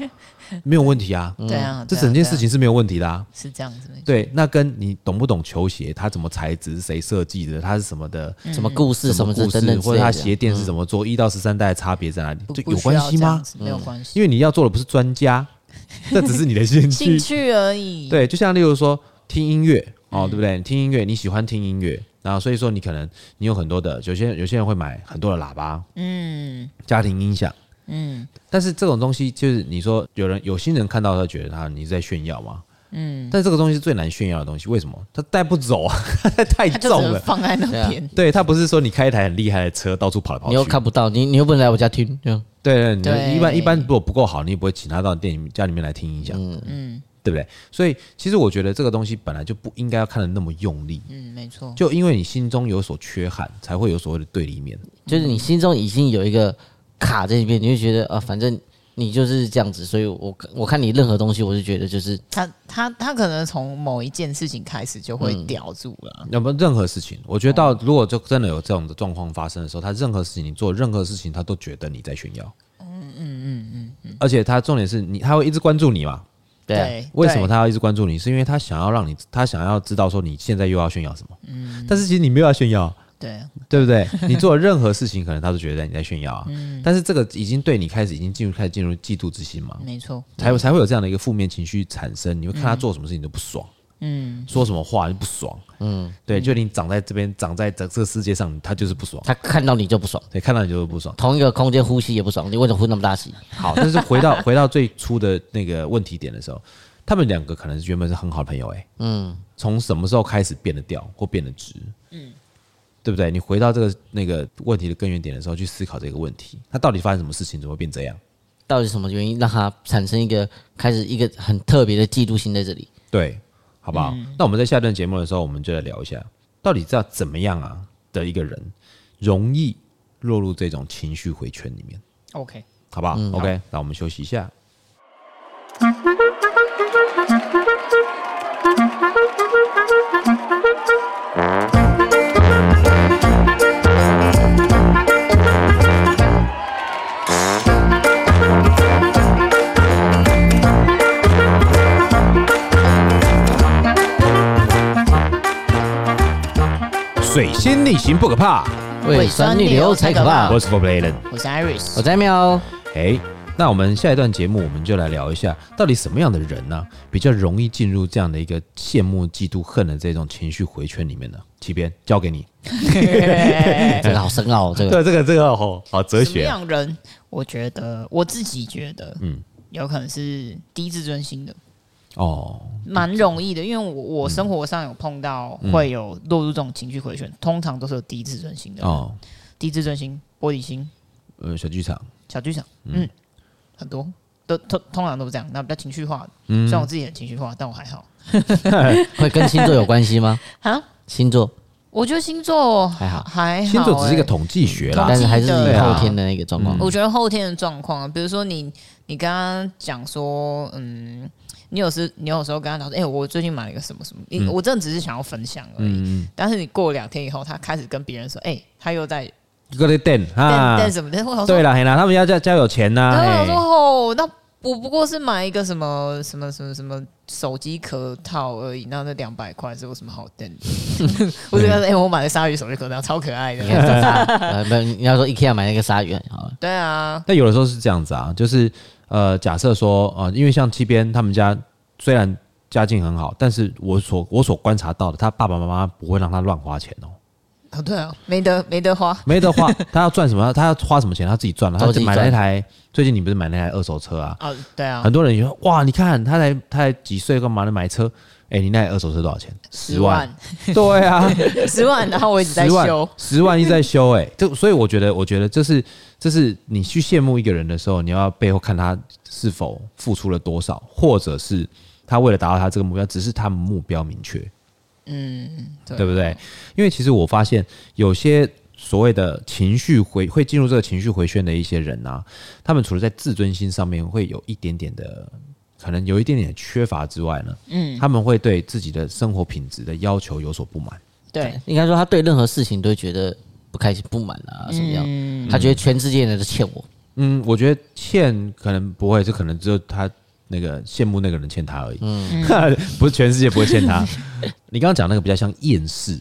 没有问题啊。嗯对啊，这对啊整件对啊事情是没有问题的、啊。是这样子没错。对，那跟你懂不懂球鞋，它怎么材质，谁设计的，它是什么的，什么故事什么故之事，等等之或类者它的，鞋垫是怎么做，一到十三代的差别在哪里，嗯不这不有需关要系这样吗？子没有嗯关系，因为你要做的不是专 家，这只是你的兴兴趣。趣而已。对，就像例如说听音乐嗯哦，对不对？你听音乐，你喜欢听音乐，然后所以说你可能你有很多的，有些有些人会买很多的喇叭，嗯家庭音响。嗯但是这种东西就是你说有人有心人看到他觉得他你是在炫耀嘛，嗯，但这个东西是最难炫耀的东西，为什么？它带不走啊， 它太他就重只能了。放在那啊边。对，它不是说你开一台很厉害的车到处跑来跑你又去。看不到，你你又不能来我家听，这样对对，对你一般一般如果不够好，你也不会请他到店里面家里面来听音响，嗯对不对？所以其实我觉得这个东西本来就不应该要看得那么用力，嗯，没错。就因为你心中有所缺憾，才会有所谓的对立面。就是你心中已经有一个卡在里面，你就觉得啊，反正你就是这样子，所以我我看你任何东西，我就觉得就是他他他可能从某一件事情开始就会嗯叼住了。那么任何事情，我觉得到如果就真的有这种的状况发生的时候，他任何事情你做任何事情，他都觉得你在炫耀。嗯嗯嗯嗯。而且他重点是你，他会一直关注你嘛？对啊、哎为什么他要一直关注你？是因为他想要让你，他想要知道说你现在又要炫耀什么。但是其实你没有要炫耀，对对不对？ 你做任何事情，可能他都觉得你在炫耀啊。但是这个已经对你开始已经进入开始进入嫉妒之心嘛？没错。才会才会有这样的一个负面情绪产生。你会看他做什么事情都不爽，嗯，说什么话就不爽，嗯，对，就你长在这边，长在这这个世界上，他就是不爽，他看到你就不爽，对，看到你就是不爽。同一个空间呼吸也不爽，你为什么呼那么大气？好，但是回到 回到最初的那个问题点的时候，他们两个可能是原本是很好的朋友、欸，哎，嗯，从什么时候开始变得掉或变得直？嗯，对不对？你回到这个那个问题的根源点的时候，去思考这个问题，他到底发生什么事情，怎么会变这样？到底是什么原因让他产生一个开始一个很特别的嫉妒心在这里？对，好不好？那我们在下段节目的时候，我们就来聊一下，到底知道怎么样啊的一个人，容易落入这种情绪回圈里面， OK，好嗯不好、o k 那我们休息一下。水星逆行不可怕，胃酸逆流才可怕好我。是 For Playen。我是 Iris，我在 喵，哎，那我们下一段节目我们就来聊一下，到底什么样的人呢、比较容易进入这样的一个羡慕、嫉妒、恨的这种情绪回圈里面呢？启边交给你。这个好深奥哦，这个对，这个这个好好哲啊什么样人？我觉得我自己觉得，嗯，有可能是低自尊心的，哦，蛮容易的。因为我我生活上有碰到会有落入这种情绪回旋，通常都是有低自尊心的人，哦，低自尊心、玻璃心、呃，小剧场，小剧场，嗯，很多都通通常都是这样，那比较情绪化。嗯虽然我自己很情绪化，但我还好会跟星座有关系吗？啊。星座，我觉得星座还好还好、星座只是一个欸统计学啦但，是还是对你啊后天的那个状况。我觉得后天的状况啊，比如说你，你刚刚讲说，嗯，你有时你有时候跟他讲说，哎、我最近买了一个什么什么，你我真的只是想要分享而已。嗯，但是你过两天以后，他开始跟别人说，哎、他又在个在等但啊，但什么？但我想说，对了，嘿啦，他们要交交有钱呐，哎然后我想说，嘿哦，那我不过是买一个什么什么什么什么手机壳套而已，那那两百块是有什么好 等的？我就跟他说，哎、我买了鲨鱼手机壳套，超可爱嗯你看的。这大， 呃，不，你要说 IKEA 买那个鲨鱼好了，对啊，但有的时候是这样子啊，就是呃，假设说呃，因为像七边他们家虽然家境很好，但是我所我所观察到的，他爸爸妈妈不会让他乱花钱哦，哦对啊，没得没得花。没得花， 他要赚什么，他要花什么钱，他自己赚了，都他自己买赚了一台，最近你不是买那台二手车啊？哦，对啊很，多人也说哇，你看他才他才几岁，干嘛能买车？哎、你那台二手车多少钱？十万。对啊，十万，然后 我一直在十万修。，十万一直在修、欸，哎，就所以我觉得，我觉得这是这是你去羡慕一个人的时候，你要背后看他是否付出了多少，或者是他为了达到他这个目标，只是他们目标明确，嗯，对对不对？因为其实我发现有些所谓的情绪回会进入这个情绪回旋的一些人啊，他们除了在自尊心上面会有一点点的可能有一点点缺乏之外呢，嗯，他们会对自己的生活品质的要求有所不满。对，应该说他对任何事情都会觉得不开心、不满啊，嗯什么样？他觉得全世界人都欠我。嗯，我觉得欠可能不会，这可能只有他那个羡慕那个人欠他而已。嗯， 不是全世界不会欠 他。你刚刚讲那个比较像厌世，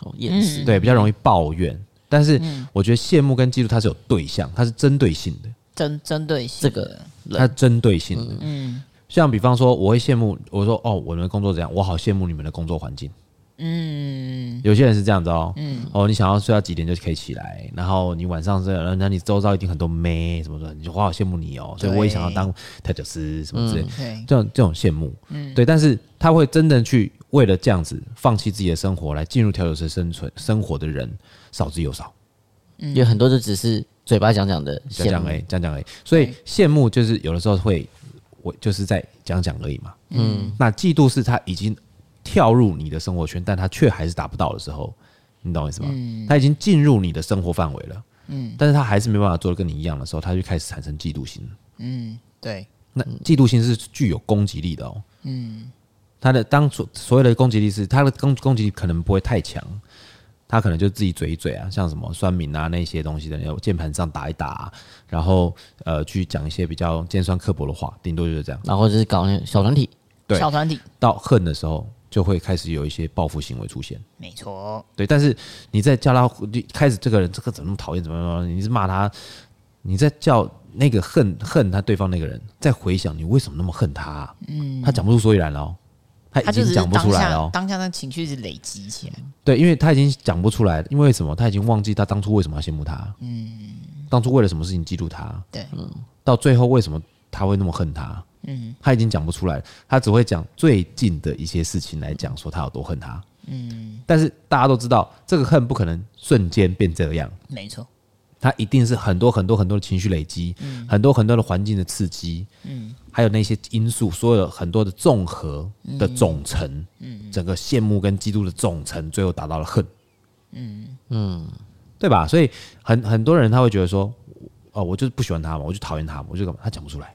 哦，厌世。嗯对，比较容易抱怨。但是我觉得羡慕跟嫉妒它是有对象，它是针对性的。针针对性这的个它针对性的。嗯，像比方说，我会羡慕，我说哦，我们的工作怎样，我好羡慕你们的工作环境。嗯，有些人是这样子哦，嗯，哦，你想要睡到几点就可以起来，然后你晚上这，然后那你周遭一定很多妹什么的，你就我好羡慕你哦，所以我也想要当调酒师什么之类，对，这种这种羡慕，嗯，对，但是他会真正去为了这样子放弃自己的生活来进入调酒师生存生活的人少之又少。嗯有很多就只是嘴巴讲讲的讲羡讲慕而已，讲讲而已。所以羡慕就是有的时候会，我就是在讲讲而已嘛。嗯，那嫉妒是他已经跳入你的生活圈，但他却还是达不到的时候，你懂我意思吗？他已经进入你的生活范围了，嗯，但是他还是没办法做的跟你一样的时候，他就开始产生嫉妒心了。嗯对，那嫉妒心是具有攻击力的哦。嗯，他的当所所谓的攻击力是他的攻攻击力可能不会太强，他可能就自己嘴一嘴啊，像什么酸民啊那些东西的，然后键盘上打一打啊、然后呃去讲一些比较尖酸刻薄的话，顶多就是这样。然后就是搞那种小团体，对小团体，到恨的时候就会开始有一些报复行为出现。没错，对，但是你在叫他你开始这个人这个怎么那么讨厌怎么怎么，你是骂他，你在叫那个恨恨他对方那个人，再回想你为什么那么恨他、嗯，他讲不出所以然了哦，他他已就只经是讲不当出来了下哦，当下那情绪是累积起来，对，因为他已经讲不出来，因为什么？他已经忘记他当初为什么要羡慕他，嗯，当初为了什么事情嫉妒他，对，到最后为什么他会那么恨他？嗯，他已经讲不出来，他只会讲最近的一些事情来讲说他有多恨他，嗯，但是大家都知道这个恨不可能瞬间变这样。没错，它一定是很多很多很多的情绪累积，很多很多的环境的刺激，嗯，还有那些因素，所有很多的综合的总成，嗯，整个羡慕跟嫉妒的总成，最后达到了恨，嗯嗯，对吧？所以很很多人他会觉得说，哦，我就是不喜欢他嘛，我就讨厌他嘛，我就干嘛？他讲不出来，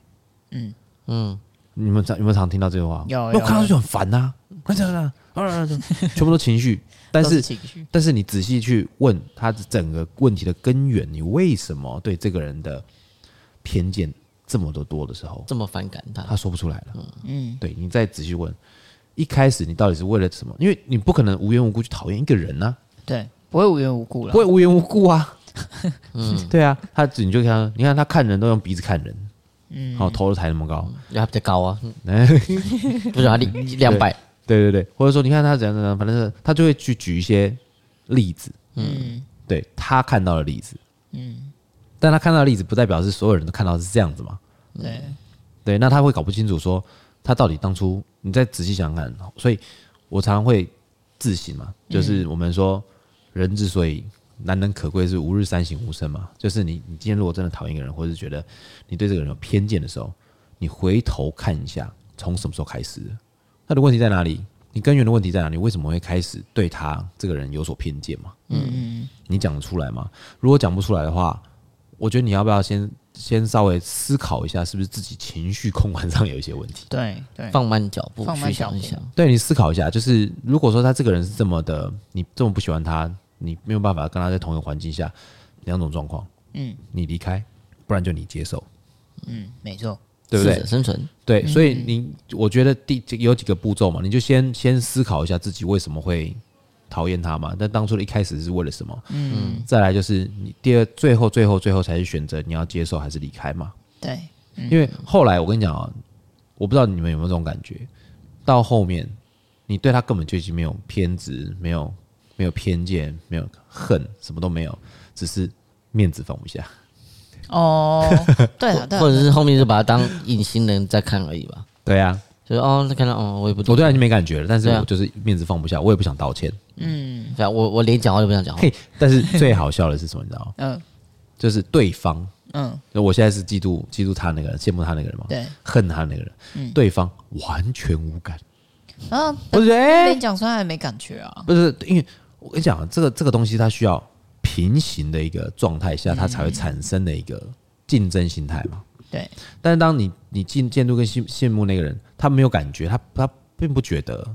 嗯嗯，你们常有没有常听到这句话？有有那我看到就很烦呐、那这样啊，啊啊啊啊全部都情绪，但都是情绪，但是你仔细去问他整个问题的根源，你为什么对这个人的偏见这么的多的时候，这么反感他，他说不出来了。嗯，对你再仔细问，一开始你到底是为了什么？因为你不可能无缘无故去讨厌一个人啊，对，不会无缘无故了不，会无缘无故啊。嗯， 对啊，他你就看他，你看他看人都用鼻子看人，嗯，好，头都抬那么高，因为他比较高 啊， 不是他啊两百，对对对，或者说你看他怎样怎样，反正是他就会去举一些例子，嗯，对他看到的例子，嗯，但他看到的例子不代表是所有人都看到是这样子嘛，对，对，那他会搞不清楚说他到底当初，你再仔细想想看，所以我常常会自省嘛，就是我们说人之所以难能可贵是吾日三省吾身嘛，就是你你今天如果真的讨厌一个人，或是觉得你对这个人有偏见的时候，你回头看一下从什么时候开始的，他的问题在哪里？你根源的问题在哪里？为什么会开始对他这个人有所偏见嘛？嗯嗯，你讲得出来吗？如果讲不出来的话，我觉得你要不要先先稍微思考一下，是不是自己情绪控管上有一些问题？ 对对，放慢脚步放慢去想一脚步想，对你思考一下，就是如果说他这个人是这么的，你这么不喜欢他，你没有办法跟他在同一个环境下，两种状况，嗯，你离开，不然就你接受，嗯，没错，对不适对者？生存，对，所以你我觉得第有几个步骤嘛，你就先先思考一下自己为什么会讨厌他嘛，但当初的一开始是为了什么？嗯，再来就是你第二最后最后最后才是选择你要接受还是离开嘛，对，因为后来我跟你讲啊，我不知道你们有没有这种感觉，到后面你对他根本就已经没有偏执，没有没有偏见，没有恨，什么都没有，只是面子放不下。哦，对了对或者了，是后面就把他当隐形人在看而已吧。对啊，就是哦，那看到哦，我也不我对他已经没感觉了，但是对啊我就是面子放不下，我也不想道歉。对啊，我我连讲话都不想讲话，嘿，但是最好笑的是什么？你知道吗？嗯就是对方，嗯，就我现在是嫉妒嫉妒他那个人，羡慕他那个人嘛，对，啊恨他那个人，对方完全无感。然后我就觉得，哎、跟你讲出来还没感觉啊，不是，因为我跟你讲，这个这个东西它需要平行的一个状态下，它才会产生的一个竞争心态嘛。对，但是当你你进监督跟羡羡慕那个人，他没有感觉，他他并不觉得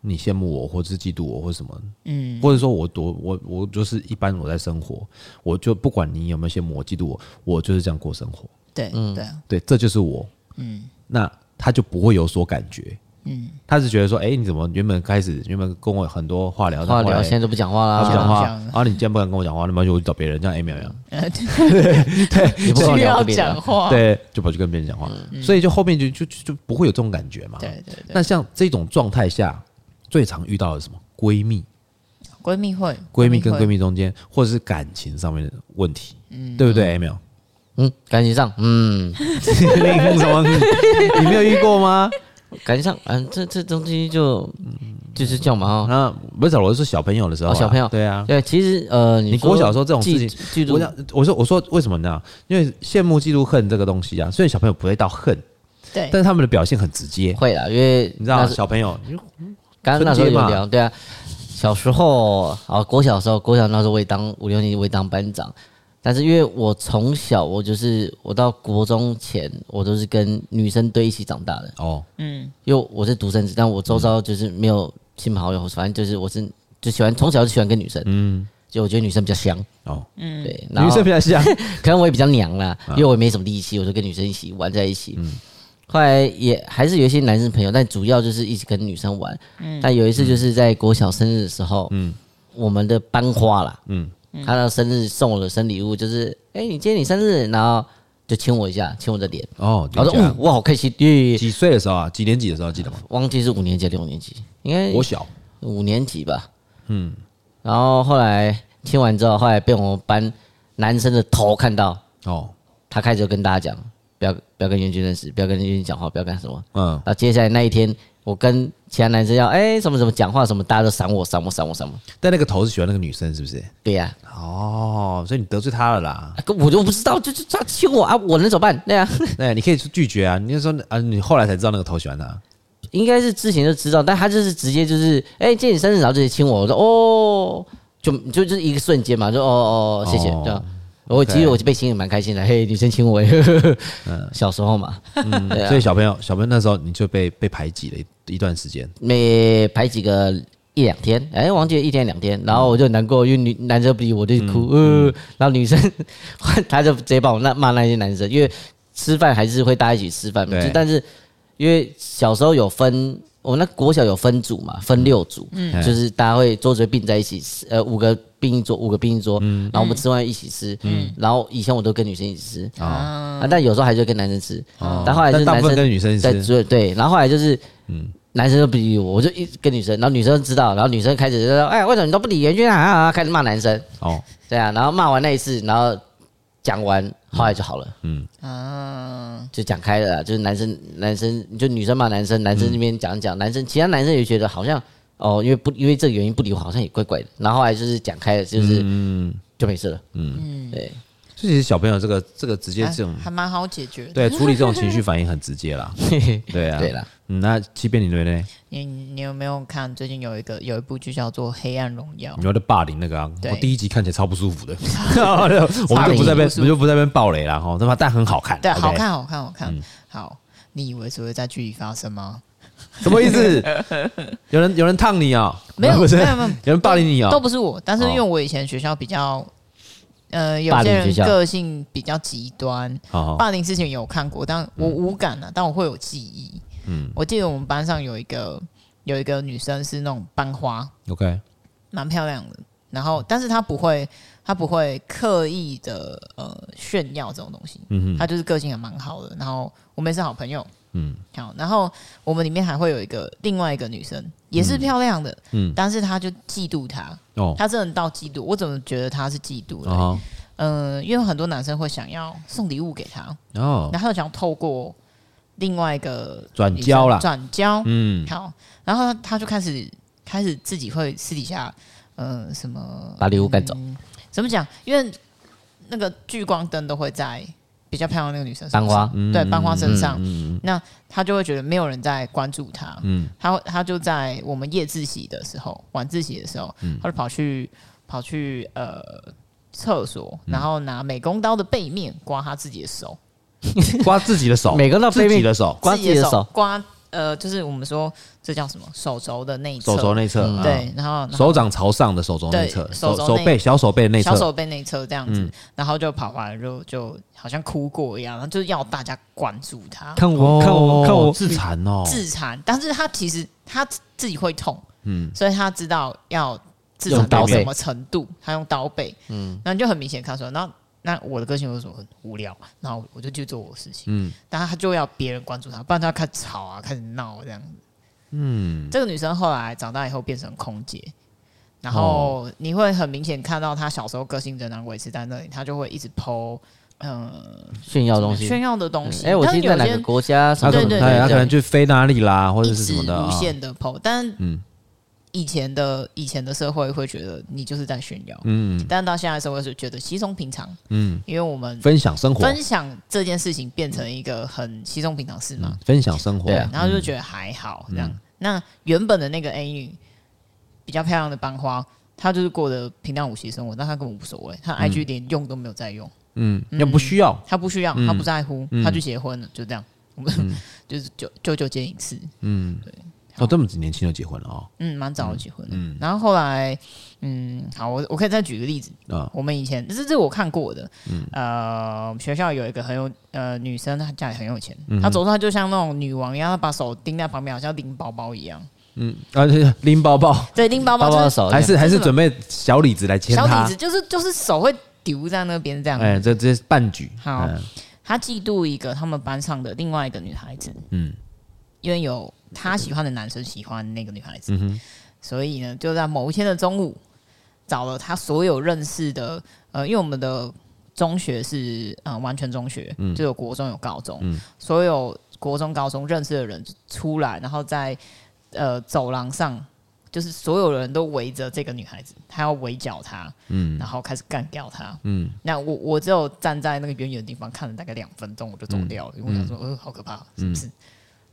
你羡慕我，或者是嫉妒我，或者什么，嗯，或者说我我我我就是一般我在生活，我就不管你有没有羡慕我、嫉妒我，我就是这样过生活，对，对啊，对，这就是我，嗯，那他就不会有所感觉，嗯，他是觉得说，哎、你怎么原本开始原本跟我有很多话聊，话聊，现在在都不啊讲嗯话他不讲啦，话，这样然后你既然不敢跟我讲话，那么我就找别人，这样 A 没有也不跟我需聊要个别的讲啊。话，对对，就跑去跟别人讲话，嗯所以就后面就就就就不会有这种感觉嘛，对对对，那像这种状态下，最常遇到的是什么？闺蜜、闺蜜会，闺蜜跟闺蜜蜜中间，或者是感情上面的问题，对不对？没 有，嗯，感情上，嗯，你什么？ 你没有遇过吗？感情上，嗯，这这东西就嗯就是这样嘛哈。啊，不是，我是小朋友的时候啊，哦小朋友对啊。对，其实呃，你你国小的时候这种事情情我想，我说，我说为什么呢？因为羡慕、嫉妒、恨这个东西啊，虽然小朋友不会到恨，对但是他们的表现很直接，会啦，因为你知道那吗？时小朋友，刚刚那时候春节有嘛聊，对啊，小时候啊，国小的时候，国小那时候我也当五六年级，我也当班长。但是因为我从小我就是我到国中前，我都是跟女生堆一起长大的，哦，嗯因为我是独生子，但我周遭就是没有亲朋好友，反正就是我是就喜欢从小就喜欢跟女生，嗯，就我觉得女生比较香，哦，嗯，对，然女后生比较 像，可能我也比较娘啦，因为我也没什么力气，我就跟女生一起玩在一起。后来也还是有一些男生朋友，但主要就是一起跟女生玩。但有一次就是在国小生日的时候，我们的班花啦，嗯他的生日送我的生礼物就是，哎、你今天你生日，然后就亲我一下，亲我的脸。哦，然后说，理解哦啊，我好开心，耶！几岁的时候啊？几年级的时候记得吗？忘记是五年级还是六年级，应该我小，五年级吧。嗯，然后后来亲完之后，后来被我们班男生的头看到，哦，他开始就跟大家讲，不要不要跟袁军认识，不要跟袁军讲话，不要干什么。嗯，然后接下来那一天，我跟其他男生要哎、什么什么讲话什么，大家都闪我闪我闪我闪我。但那个头是喜欢那个女生，是不是？对呀、哦，所以你得罪他了 啦啊。可我就不知道，就就他亲我啊，我能怎么办？对呀、 那你可以拒绝啊，你就说啊，你后来才知道那个头喜欢他。应该是之前就知道，但他就是直接就是哎、今天你生日，然后直接亲我，我说哦，就就就是一个瞬间嘛，就哦哦谢谢哦这样。我其实 OK 我被亲也蛮开心的，嘿，女生亲我，呵呵呵 小时候嘛，对啊所以小朋友，小朋友那时候你就被被排挤了一一段时间。每排几个一两天，哎、忘记了一天两天，然后我就很难过，因为女男生不理我就哭，嗯呃，然后女生 她就直接把我那骂那些男生，因为吃饭还是会大家一起吃饭嘛，对就但是因为小时候有分。我们那国小有分组嘛，分六组，嗯就是大家会桌子会并在一起，呃，五个并一桌，五个并一桌，嗯然后我们吃完一起吃，然后以前我都跟女生一起吃，啊，但有时候还是会跟男生吃，哦但后来就是哦嗯但大男部分生跟女生在吃，追对，然后后来就是，嗯男生都不理我，我就一直跟女生，然后女生知道，然后女生开始就说，哎，为什么你都不理袁军啊啊？啊开始骂男生，哦，对啊，然后骂完那一次，然后讲完，后来就好了，嗯啊，就讲开了啦，就是男生男生就女生骂男生，男生那边讲一讲，男生其他男生也觉得好像哦，因为不因为这个原因不理我，好像也怪怪的，然后后来就是讲开了，就是就没事了，嗯，对，所以其实小朋友这个这个直接这种还还蛮好解决的。对处理这种情绪反应很直接啦。对啊， 对啦。嗯，那欺骗你对不对？你你有没有看最近有一个有一部剧叫做《黑暗荣耀你》？说的霸凌那个啊，对我第一集看起来超不舒 服的，我们就不在超边不舒，我服们就不在边暴雷啦哈，吼他妈但很好嗯看，对， OK 好，看，好看，好看。好，你以为只会在剧里发生吗？什么意思？有人有人烫你啊？没 有，不是没有，没有，有人霸凌你啊都？不是我。但是哦因为我以前学校比较，呃，有霸凌些学人校个性比较极端，好好，霸凌之前有看过，但我无感啊，但我会有记忆。嗯，我记得我们班上有一个有一个女生是那种班花， OK，蛮漂亮的。然后，但是她不会，她不会刻意的呃炫耀这种东西，嗯哼她就是个性也蛮好的。然后我们也是好朋友，嗯好。然后我们里面还会有一个另外一个女生，也是漂亮的，嗯但是她就嫉妒她，哦她真的到嫉妒。我怎么觉得她是嫉妒的？哦嗯、因为很多男生会想要送礼物给她，哦，然后想透过另外一个转女生交啦转交，嗯好，然后他就开始开始自己会私底下，呃，什么把礼物赶走，嗯怎么讲？因为那个聚光灯都会在比较漂亮的那个女生身班上，花，对班花身上，嗯那他就会觉得没有人在关注他，嗯他他就在我们夜自习的时候，晚自习的时候，嗯他就跑去跑嗯去呃厕所，然后拿美工刀的背面刮他自己的手，嗯刮自己的 手，每个到自背己面的手，刮自自己己的的手手，刮呃，就是我们说这叫什么手肘的内侧，嗯手肘内侧，啊对，然后手掌朝上的手肘内对侧，手手肘手内背小手背的内小手侧，嗯背内侧这样子，然后就跑完就就好像哭过一样，然后就要大家关注他看我，看我，看我，自残哦，自残，但是他其实他自己会痛，嗯，所以他知道要自用残到刀背什么程度，他用刀背，嗯，然后你就很明显看出来，然后那我的个性就是说很无聊，然后我就去做我的事情，嗯但他就要别人关注他，不然他开始吵啊，开始闹这样子。嗯，这个女生后来长大以后变成空姐，然后你会很明显看到她小时候个性仍然维持在那里，她就会一直剖嗯炫耀的东西炫。耀的东西。哎，我但记得在有哪些个国家什他么可对什能么对的，他对他可能去飞哪里啦，或者一是直什么的无啊，限的剖，但嗯以前的以前的社会会觉得你就是在炫耀，嗯但到现在的社会是觉得稀松平常，嗯，因为我们分享生活，分享这件事情变成一个很稀松平常事嘛嗯，分享生活嗯对，啊然后就觉得还好这样。那原本的那个 A 女比较漂亮的班花，她就是过得平淡无奇的生活，但她根本无所谓，她 IG 连用都没有在用，嗯，也不需要，她不需要，嗯她不在乎，嗯她就结婚了，就这样。我们、 就是九九九见一次，嗯对，哦，这么年轻就结婚了哦，嗯，蛮早就结婚的。然后后来，嗯，好，我我可以再举个例子，啊，我们以前这是这我看过的，嗯呃，我们学校有一个很有呃女生，她家里很有钱，嗯她走出来就像那种女王一样，她把手钉在旁边，好像拎包包一样。嗯，而且拎包包，对，拎包包包包就的是手还是还是就是准备小李子来牵哦小李他子，，就是就是手会丢在那边这样。哎，这这是半局，好嗯她嫉妒一个他们班上的另外一个女孩子，嗯因为有她喜欢的男生喜欢那个女孩子，嗯哼，所以呢，就在某一天的中午，找了他所有认识的，呃，因为我们的中学是呃完全中学，就有国中有高中，嗯所有国中高中认识的人出来，然后在呃走廊上，就是所有人都围着这个女孩子，她要围剿她，嗯然后开始干掉她。嗯，那我我只有站在那个远远的地方看了大概两分钟，我就走掉嗯了，因为我想说，呃，好可怕，是不是？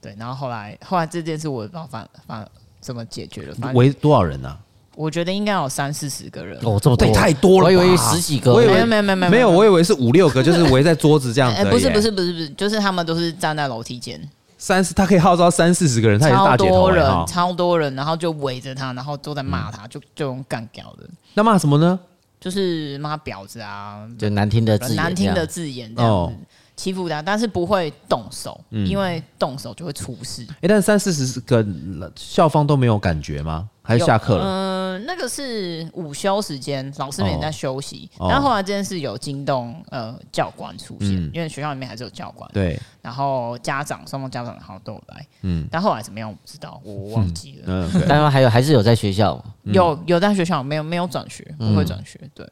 对，然后后来后来这件事我也不知道发发怎么解决了，反正围多少人啊？我觉得应该有三四十个人。哦，这么多对，太多了吧，我以为十几个，我以没为有没有没有没有没有，我以为是五六个，就是围在桌子这样子 哎、而已。不是不是不是不是，就是他们都是站在楼梯间，三十，他可以号召三四十个人，他也是超大姐头多哎人、哈。嗯超多人，然后就围着他，然后都在骂他，就就用干掉的，那骂什么呢？就是骂婊子啊，就难听的字眼，难听的，字眼这样子、哦欺负他，但是不会动手，嗯因为动手就会出事。哎，但三四十个人校方都没有感觉吗？还是下课了？嗯、呃，那个是午休时间，老师们也在休息。哦但后来这件事有惊动呃教官出现，嗯因为学校里面还是有教官。对，然后家长双方家长好像都有来，嗯但后来怎么样我不知道，我忘记了。嗯， 对当然还有还是有在学校，有有在学校没有没有转学，不会转学，对，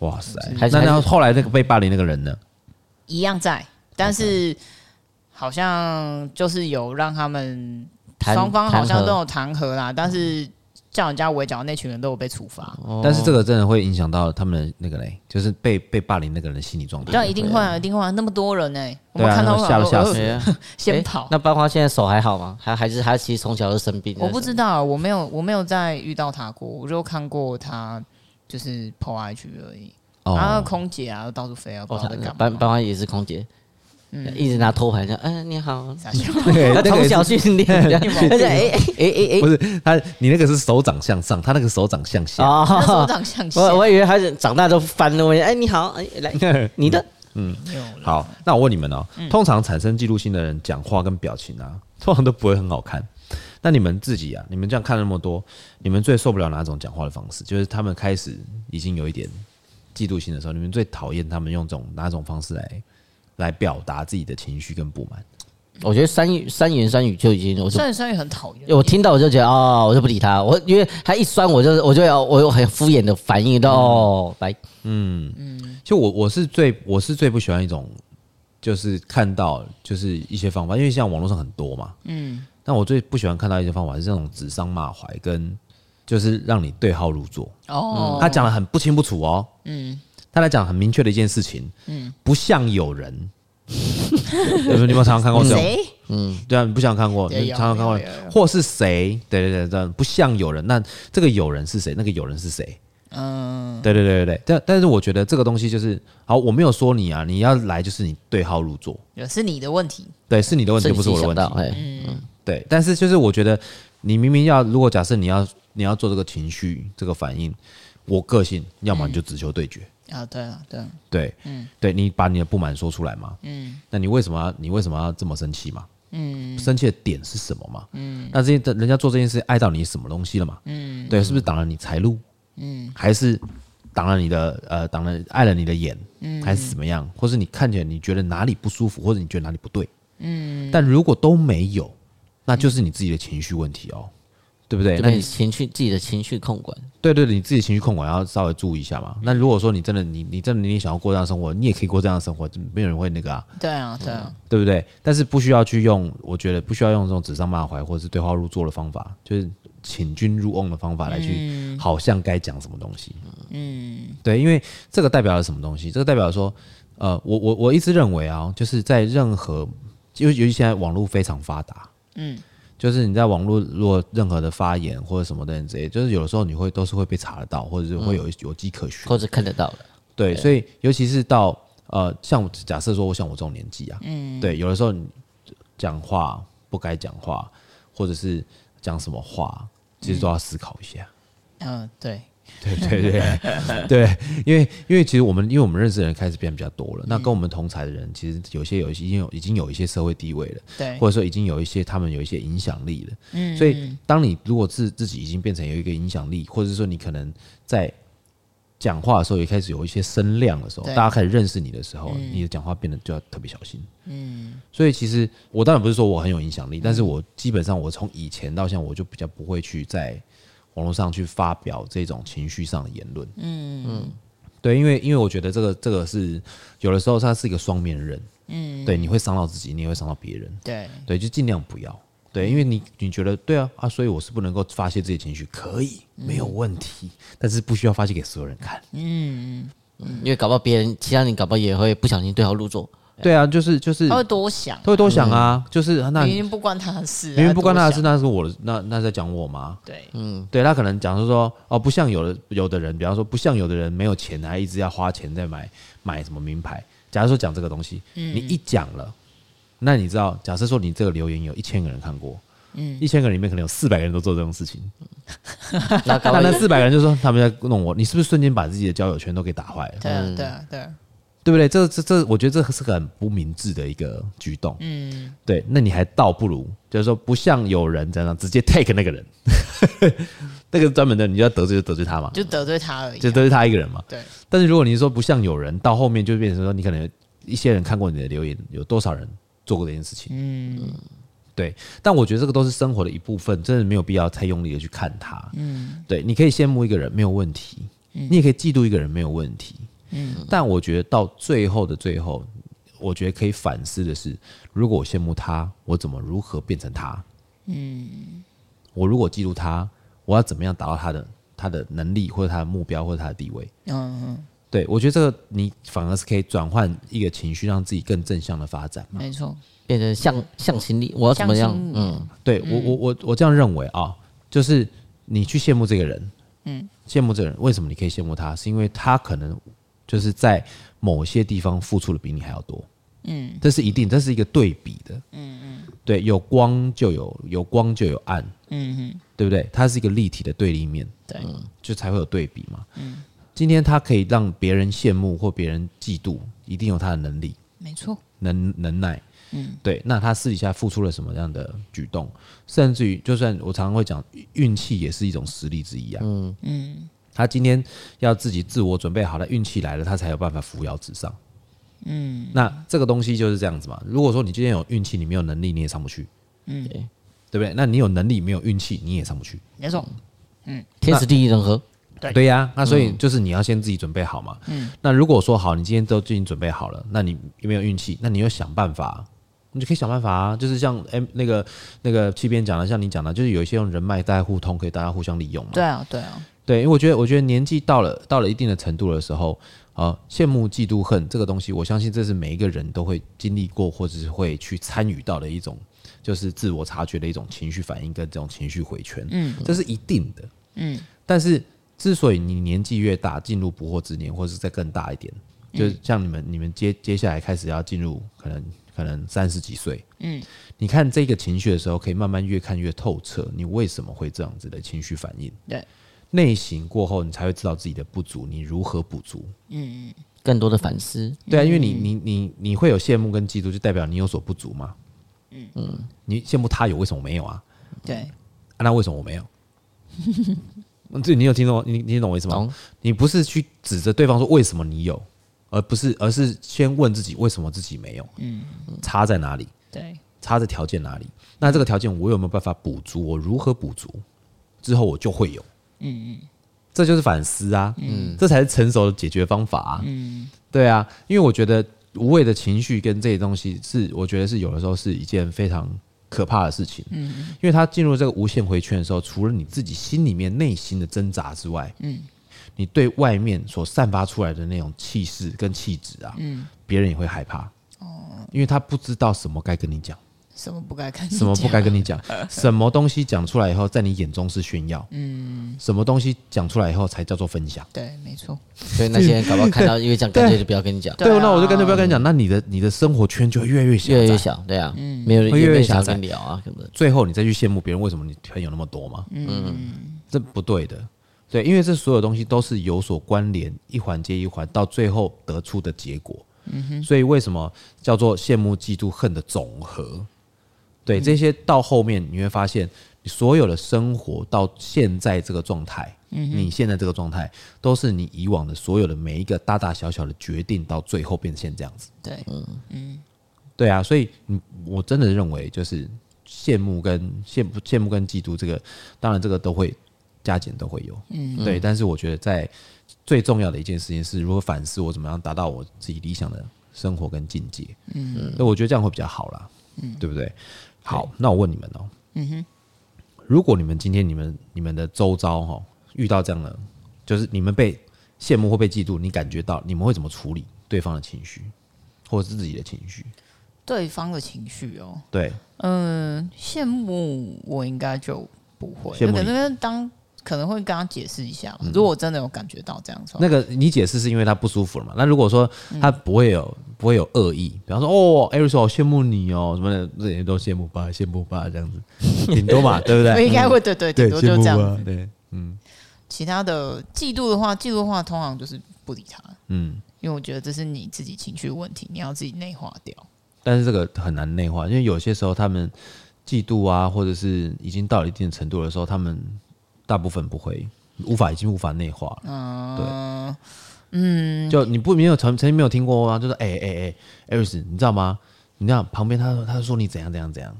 嗯哇塞！还是那还是那后来那个被霸凌那个人呢？一样在，但是好像就是有让他们弹双方好弹像劾都有弹劾啦，但是叫人家围剿的那群人都有被处罚，哦但是这个真的会影响到他们的那个嘞，就是被被霸凌那个人的心理状态。但一定会啊，一定会啊，那么多人哎，我对们啊，看那到吓都吓死对了。啊先哎跑。那班花现在手还好吗？还还是他其实从小就生病？我不知道，我没有，我没有再遇到他过，我就看过他就是 PO IG 而已。然后哦， 空姐啊，到处飞啊，不哦，知道在他干班嘛。嗯班花也是空姐，哎一直拿托盘讲，嗯，你好，傻笑那个 他那个从也是小训练的，而且哎哎哎不哎是他，你那个是手掌向上，他那个手掌向哎，下。那时候哦， 长 相像我我以为他是长大都翻了，我哎你好，哎来你的没有了好，那我问你们哦，通常产生嫉妒心的人，讲话跟表情啊， 通常都不会很好看。那你们自己啊，你们这样看那么多，你们最受不了哪种讲话的方式？就是他们开始已经有一点嫉妒心的时候，你们最讨厌他们用这种哪种方式来来表达自己的情绪跟不满？我觉得三三言三语就已经，我就酸雨酸雨很讨厌，我听到我就觉得哦，我就不理他，我因为他一酸我就我就要我有很敷衍的反应到嗯哦，来就我我是最我是最不喜欢一种，就是看到就是一些方法，因为像网络上很多嘛，嗯，但我最不喜欢看到一些方法是这种指桑骂槐跟就是让你对号入座。哦，嗯他讲的很不清不楚哦，嗯，他来讲很明确的一件事情，嗯，不像有人， 有没有你们常常看过这种？谁？对啊，你不想看过，对你有常常看过有有有，或是谁？对对对对，不像有人，那这个有人是谁？那个有人是谁？嗯，对对对对对，但但是我觉得这个东西就是，好，我没有说你啊，你要来就是你对号入座，也是你的问题，对，是你的问题，是你不是自己我的问想题嗯到。哎，对，但是就是我觉得你明明要，如果假设你要你要做这个情绪这个反应，我个性，要么你嗯就只求对决，啊，对了，对了，对，嗯，对你把你的不满说出来嘛，嗯，那你为什么要你为什么要这么生气嘛？嗯，生气的点是什么嘛？嗯，那这些人家做这件事碍到你什么东西了嘛？嗯，对，是不是挡了你财路？嗯，还是挡了你的呃挡了碍了你的眼？嗯，还是怎么样？或是你看起来你觉得哪里不舒服，或者你觉得哪里不对？嗯，但如果都没有，那就是你自己的情绪问题哦，对不对？就那你被你情绪自己的情绪控管，对对，你自己情绪控管要稍微注意一下嘛。那如果说你真的你你真的你想要过这样的生活，你也可以过这样的生活，就没有人会那个啊，对啊，对啊，对不对？但是不需要去用，我觉得不需要用这种指桑骂槐或者是对号入座的方法，就是请君入瓮的方法来去，好像该讲什么东西。嗯，对，因为这个代表了什么东西？这个代表说，呃，我我我一直认为啊，就是在任何，因为尤其现在网络非常发达，嗯，就是你在网络如果任何的发言或者什么的之类，就是有的时候你会都是会被查得到，或者是会有有迹可循。或者看得到的，对，所以尤其是到呃，像我假设说，我像我这种年纪啊，嗯，对，有的时候你讲话不该讲话，或者是讲什么话，其实都要思考一下。嗯，对，对 对对对，因为因为其实我们因为我们认识的人开始变比较多了，那跟我们同才的人，其实有些有一些已经有已经有一些社会地位了，对，或者说已经有一些他们有一些影响力了。嗯，所以当你如果自自己已经变成有一个影响力，或者是说你可能在讲话的时候也开始有一些声量的时候，对大家开始认识你的时候，你的讲话变得就要特别小心。嗯，所以其实我当然不是说我很有影响力，但是我基本上我从以前到现在，我就比较不会去在网络上去发表这种情绪上的言论。嗯嗯，对，因为因为我觉得这个这个是有的时候它是一个双面刃。嗯，对，你会伤到自己，你也会伤到别人。对，对，就尽量不要。对，因为你你觉得对啊啊，所以我是不能够发泄自己情绪，可以没有问题，但是不需要发泄给所有人看。嗯因为搞不好别人其他人搞不好也会不小心对号 入座，对啊，就是就是他会多想他，会多想啊，就是啊那哦明明不关他的事，明明不关他的事，多那是我的，那那是嗯在讲我吗？想，对，对他可能讲是说哦，不像有的有的人，比方说不像有的人没有钱，还一直要花钱在买买什么名牌。假如说讲这个东西，你一讲了，那你知道，假设说你这个留言有一千个人看过，嗯，一千个人里面可能有四百个人都做这种事情，那搞不那好那四百个人就说他们在弄我，你是不是瞬间把自己的交友圈都给打坏了？对啊，对啊，对啊，对不对？这这这，我觉得这是个很不明智的一个举动。嗯，对，那你还倒不如就是说，不像有人这样直接 take 那个人， 那个专门的，你就要得罪就得罪他嘛，就得罪他而已就啊，得罪他一个人嘛。对，但是如果你说不像有人，到后面就变成说，你可能一些人看过你的留言，有多少人做过这件事情？嗯，对。但我觉得这个都是生活的一部分，真的没有必要太用力的去看它。嗯，对，你可以羡慕一个人没有问题，你也可以嫉妒一个人没有问题。嗯，但我觉得到最后的最后，我觉得可以反思的是，如果我羡慕他，我怎么如何变成他？嗯，我如果嫉妒他，我要怎么样达到他的他的能力，或者他的目标，或者他的地位？嗯嗯，对，我觉得这个你反而是可以转换一个情绪，让自己更正向的发展嘛。嗯没错，变成向向心力，我要怎么样向？心力嗯，对我，我，我，我这样认为啊，就是你去羡慕这个人，嗯，羡慕这个人，为什么你可以羡慕他？是因为他可能就是在某些地方付出的比你还要多，嗯，这是一定，这是一个对比的，嗯嗯，对，有光就有有光就有暗，嗯嗯，对不对？它是一个立体的对立面，嗯对，就才会有对比嘛。嗯，今天他可以让别人羡慕或别人嫉妒，一定有他的能力，没错，能能耐，嗯，对。那他私底下付出了什么样的举动？甚至于，就算我常常会讲，运气也是一种实力之一啊。嗯嗯，他今天要自己自我准备好，他运气来了，他才有办法扶摇直上。嗯，那这个东西就是这样子嘛。如果说你今天有运气，你没有能力，你也上不去。嗯，对对不对？那你有能力没有运气，你也上不去。没错，嗯天时地利人和，对对呀、那所以就是你要先自己准备好嘛。那如果说好，你今天都已经准备好了，那你有没有运气？那你要想办法，你就可以想办法啊。就是像哎、那个那个七边讲的，像你讲的，就是有一些用人脉大家互通，可以大家互相利用嘛。对啊，对啊，对，因为我觉得我觉得年纪到了到了一定的程度的时候，啊，羡慕、嫉妒、恨这个东西，我相信这是每一个人都会经历过，或者是会去参与到的一种，就是自我察觉的一种情绪反应跟这种情绪回圈。嗯，这是一定的。嗯，但是之所以你年纪越大，进入不惑之年，或是再更大一点，就是像你们你们接接下来开始要进入可能可能三十几岁，嗯，你看这个情绪的时候，可以慢慢越看越透彻，你为什么会这样子的情绪反应？对，内省过后，你才会知道自己的不足，你如何补足。更多的反思，对啊，因为你你你你会有羡慕跟嫉妒，就代表你有所不足嘛。嗯嗯，你羡慕他有，为什么我没有啊？对，啊那为什么我没有？ 嗯这你有听懂？你你懂我意思吗懂？你不是去指着对方说为什么你有，而不是而是先问自己为什么自己没有？嗯，差在哪里？对，差在条件哪里？那这个条件我有没有办法补足？我如何补足？之后我就会有。嗯嗯，这就是反思啊。嗯，这才是成熟的解决方法啊。嗯，对啊，因为我觉得无谓的情绪跟这些东西是，我觉得是有的时候是一件非常可怕的事情。嗯，因为它进入这个无限回圈的时候，除了你自己心里面内心的挣扎之外，嗯。你对外面所散发出来的那种气势跟气质啊，嗯，别人也会害怕，哦，因为他不知道什么该跟你讲。什么不该看，什么不该跟你讲，啊 什么东西讲出来以后，在你眼中是炫耀，嗯，什么东西讲出来以后才叫做分享。对，没错，所以那些人搞不好 看到，因为这样干脆就不要跟你讲，对啊那我就干脆不要跟你讲，那你的你的生活圈就会越来越小，越来越。小，对啊，没有人嗯会越来也没越有想狭要窄跟你聊啊什么的，最后你再去羡慕别人，为什么你朋友那么多嘛？嗯，这不对的。对，因为这所有东西都是有所关联，一环接一环，到最后得出的结果。所以为什么叫做羡慕、嫉妒、恨的总和？对，这些到后面你会发现，你所有的生活到现在这个状态，你现在这个状态，都是你以往的所有的每一个大大小小的决定，到最后变现这样子。对，对啊，所以你我真的认为就是羡慕跟羡慕羡慕跟嫉妒这个，当然这个都会加减都会有，嗯，对。但是我觉得在最重要的一件事情是如何反思我怎么样达到我自己理想的生活跟境界，嗯，那我觉得这样会比较好啦，嗯，对不对？好，那我问你们哦、嗯哼，如果你们今天你们你们的周遭哈、遇到这样的，就是你们被羡慕或被嫉妒，你感觉到你们会怎么处理对方的情绪，或者是自己的情绪？对方的情绪哦，对，嗯，羡慕我应该就不会，羡慕可你嗯能因为当可能会跟他解释一下嘛，如果我真的有感觉到这样子，那个你解释是因为他不舒服了嘛？那如果说他不会有、不会有恶意，比方说哦，艾瑞说好羡慕你哦，什么的，这些都羡慕吧，羡慕吧这 样子，顶多嘛，对不我对？ 嗯应该会对对，顶啊对，多就羡这慕样吧子，。对，其他的嫉妒的话，嫉妒的话通常就是不理他，嗯，因为我觉得这是你自己情绪问题，你要自己内化掉。但是这个很难内化，因为有些时候他们嫉妒啊，或者是已经到了一定程度的时候，他们大部分不会。无法已经无法内化了，嗯，就你不没有曾曾经没有听过吗？就是哎哎哎，艾瑞斯，你知道吗？你知道旁边他他说你怎样怎样怎样，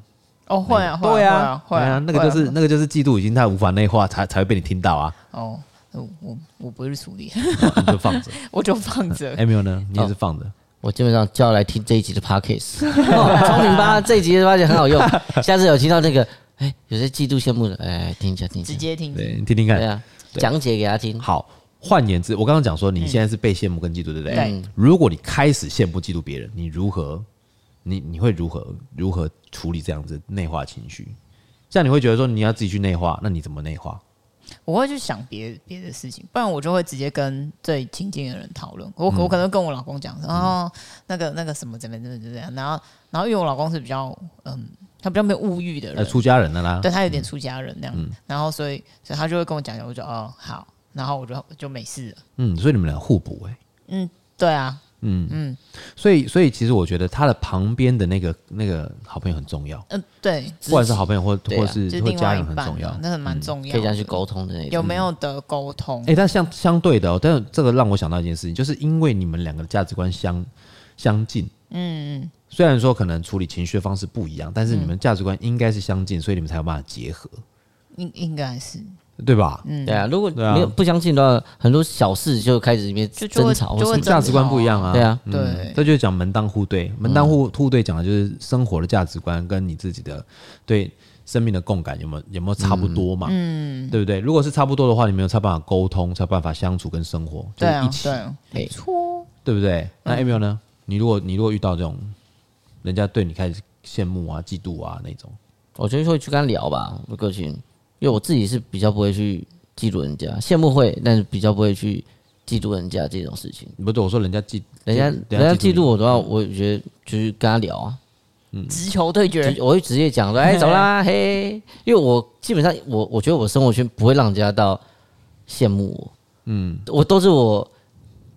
哦，会啊，会哎对啊，会对啊，那个就会是啊那个就是嫉妒已经太无法内化，才才会被你听到 啊，哦，我我我不是处理， 你就放着。我就放着。哎，没有呢，哦你也是放着。我基本上叫来听这一集的 podcast，哦聪明吧？ 这一集的 podcast 很好用，下次有听到那个，哎，有些嫉妒羡慕的，哎，听一下，听一下直，接听，对，你听听对看。啊，讲解给他听，好，换言之，我刚刚讲说你现在是被羡慕跟嫉妒，对不对？嗯对如果你开始羡慕嫉妒别人，你如何？你你会如何如何处理这样子内化情绪？这样你会觉得说你要自己去内化，那你怎么内化？我会去想别别的事情，不然我就会直接跟最亲近的人讨论。嗯我我可能跟我老公讲，然后那个那个什么怎么怎么怎么样，然后然后因为我老公是比较嗯，他比较没有物欲的呃，人，出家人嗯的啦对，他有点出家人那样，然后所以所以他就会跟我讲讲，我就哦好，然后我就我就没事了。嗯，所以你们俩互补哎、嗯，对啊，所以所以其实我觉得他的旁边的那个那个好朋友很重要，嗯、对，不管是好朋友或对啊或就是是或另家外一人很半重要嗯啊，，那很蛮重要的，可以这样去沟通的那有种。没有的沟通？哎、但相相对的、哦，但这个让我想到一件事情，就是因为你们两个的价值观相相近，嗯，虽然说可能处理情绪的方式不一样，但嗯是你们价值观应该是相近，所以你们才有办法结合，应应该是对吧？嗯对啊，如果对啊没有不相信的话，很多小事就开始里面就就争会吵或就什会么争的，价值观不一样啊，对啊，嗯对嗯这就是讲门当户对，门当户户对讲的就是生活的价值观跟你自己的对生命的共感有没有有没有差不多嘛，嗯，对不对？如果是差不多的话，你们有才有办法沟通，才有办法相处跟生活，就对是啊一，起对，啊，没哎错，对不对？那 Emil 呢？你如果你如果遇到这种人家对你开始羡慕啊、嫉妒啊那种，我觉得会去跟他聊吧，我过去，因为我自己是比较不会去嫉妒人家，羡慕会，但是比较不会去嫉妒人家这种事情。不对，我说人家嫉，人家人家嫉妒嗯我的话，我觉得就是跟他聊啊，嗯直球对决，就我会直接讲说，哎，走 啦，嘿，因为我基本上我我觉得我生活圈不会让人家到羡慕我，嗯，我都是我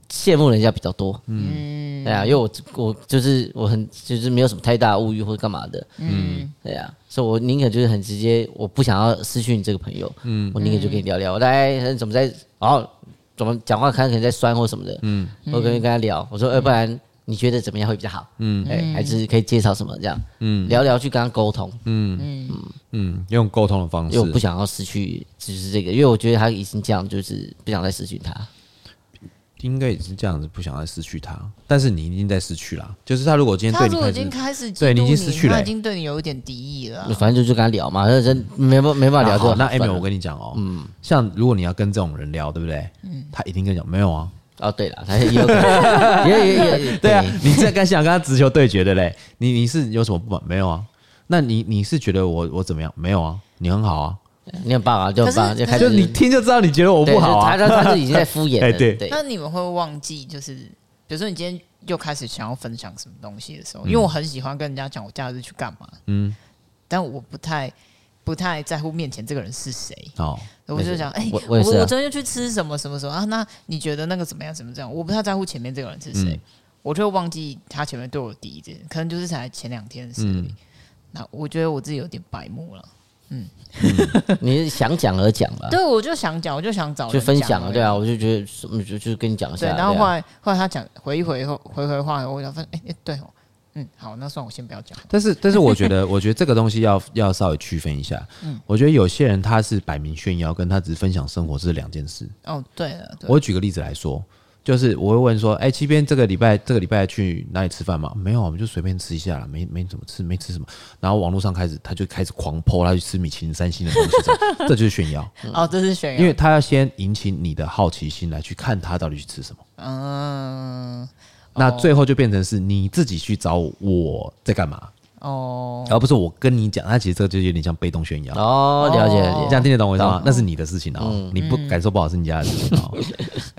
羡慕人家比较多，嗯，对啊，因为我我就是我很就是没有什么太大的物欲或者干嘛的，嗯，对啊，所以我宁可就是很直接，我不想要失去你这个朋友，嗯，我宁可就跟你聊聊，来怎么在，然后怎么讲话，看可能在酸或什么的，嗯，我可以跟他聊，我说，要哎不然你觉得怎么样会比较好？嗯，哎，还是可以介绍什么这样，嗯，聊聊去跟他沟通，嗯，用沟通的方因式为我，不想要失去就是这个，因为我觉得他已经这样，就是不想再失去他，应该也是这样子，不想再失去他，但是你已经在失去了，就是他如果今天对他如果已你经开始，开始嫉妒对你已经失去了他已经对你有一点敌意了啊。反正就就跟他聊嘛，那真没办没办法那聊这个啊好，好那算了， Amy，我跟你讲哦，嗯，像如果你要跟这种人聊，对不对？嗯，他一定跟你讲没有啊，哦对了，他也有可能，也也也 对啊，你这该想跟他直球对决的嘞，你你是有什么不满？没有啊，那你你是觉得我我怎么样？没有啊，你很好啊，你很棒啊，就很棒，可是就开就始你听就知道你觉得我对不好就啊，他他他是已经在敷衍 哎了，对对那你们会忘记，就是比如说你今天又开始想要分享什么东西的时候，因为我很喜欢跟人家讲我假日去干嘛，嗯，但我不太不太在乎面前这个人是谁，好，我就想，哎、我我我也是啊我昨天就去吃什么什么什么啊？那你觉得那个怎么样？怎么这样？我不太在乎前面这个人是谁，我就会忘记他前面对我的敌意这件事，可能就是才前两天的事嗯而已。那我觉得我自己有点白目了，你是想讲而讲吧，对，我就想讲，我就想找啊就人分享而了，已对啊，我就觉得嗯就就跟你讲一下，对，然后对啊后来后来他讲回一回后回回话，我想发现，哎、哎对哦，嗯，好，那算我先不要讲。 但是，但是我觉得， 我觉得这个东西要要稍微区分一下。嗯我觉得有些人他是摆明炫耀，跟他只是分享生活是两件事。哦，对了，对，我举个例子来说，就是我会问说：“哎、七边这个礼拜这个礼拜去哪里吃饭吗？”没有，啊我们就随便吃一下啦，没没怎么吃，没吃什么。然后网络上开始他就开始狂泼，他去吃米其林三星的东西，这样这 就是炫耀，哦，这是选，因为他要先引起你的好奇心来去看他到底去吃什么。哦嗯，那最后就变成是你自己去找我在干嘛，哦，而不是我跟你讲。那其实这个就有点像被动炫耀。哦了解了你解，这样听得懂我意思吗？那是你的事情哦，你不感受不好是你家的事情哦。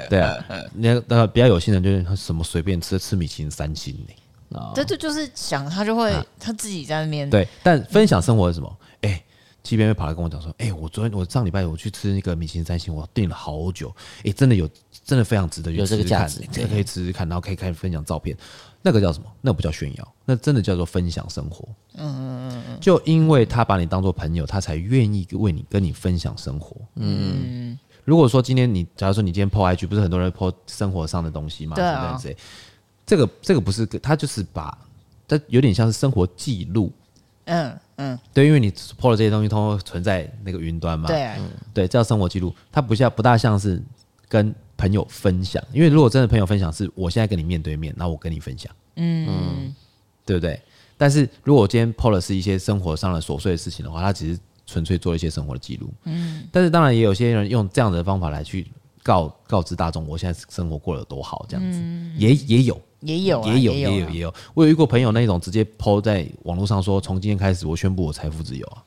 对啊，那那比较有心人就是什么随便吃吃米其林三星呢、哦这这就是想他就会、他自己在那边，啊对，但分享生活是什么？哎、这边会跑来跟我讲说，哎、我昨天我上礼拜我去吃那个米其林三星，我订了好久，哎、真的有，真的非常值得去有这个吃吃看价值哎这个可以吃吃看，然后可以看分享照片，那个叫什么？那不叫炫耀，那真的叫做分享生活。嗯嗯嗯，就因为他把你当做朋友，他才愿意为你跟你分享生活。嗯。如果说今天你，假如说你今天 po IG，不是很多人 po 生活上的东西吗？对啊之类的这个这个不是个，他就是把，他有点像是生活记录，嗯嗯，对，因为你 PO 的这些东西，通通存在那个云端嘛。嗯对，啊对，这叫生活记录。它不像不大像是跟朋友分享，因为如果真的朋友分享，是我现在跟你面对面，那我跟你分享，嗯，对不对？但是如果我今天 PO 的是一些生活上的琐碎的事情的话，它只是纯粹做一些生活的记录。嗯，但是当然也有些人用这样的方法来去告告知大众，我现在生活过得有多好，这样子、也也有。也嗯有、啊、也有，也也啊有，也有。我有遇过朋友那种直接 PO 在网络上说，从今天开始我宣布我财富自由啊。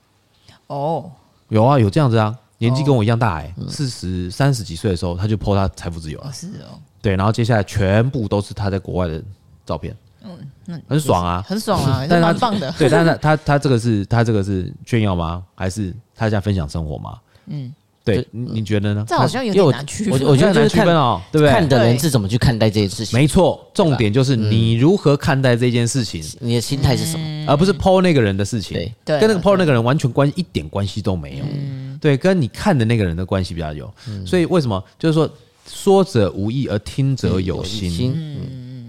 哦，有啊，有这样子啊，年纪跟我一样大哎、四十三十几岁的时候，他就 PO 他财富自由哦了，是哦，对，然后接下来全部都是他在国外的照片，嗯，很爽啊，很爽 啊，但他蛮棒 的，对，但是他他他这个是他这个是炫耀吗？还是他在分享生活吗？嗯，对，你你觉得呢？这好像有因为点我难区我分。我觉得很难就是区看分哦，对不看对？的人对是怎么去看待这件事情，没错，重点就是你如何看待这件事情，你的心态是什么？而不是 PO 那个人的事情，对对啊嗯跟那个 PO 那个人完全关系一点关系都没有，对，跟你看的那个人的关系比较有，所以为什么就是说说者无意而听者嗯有心，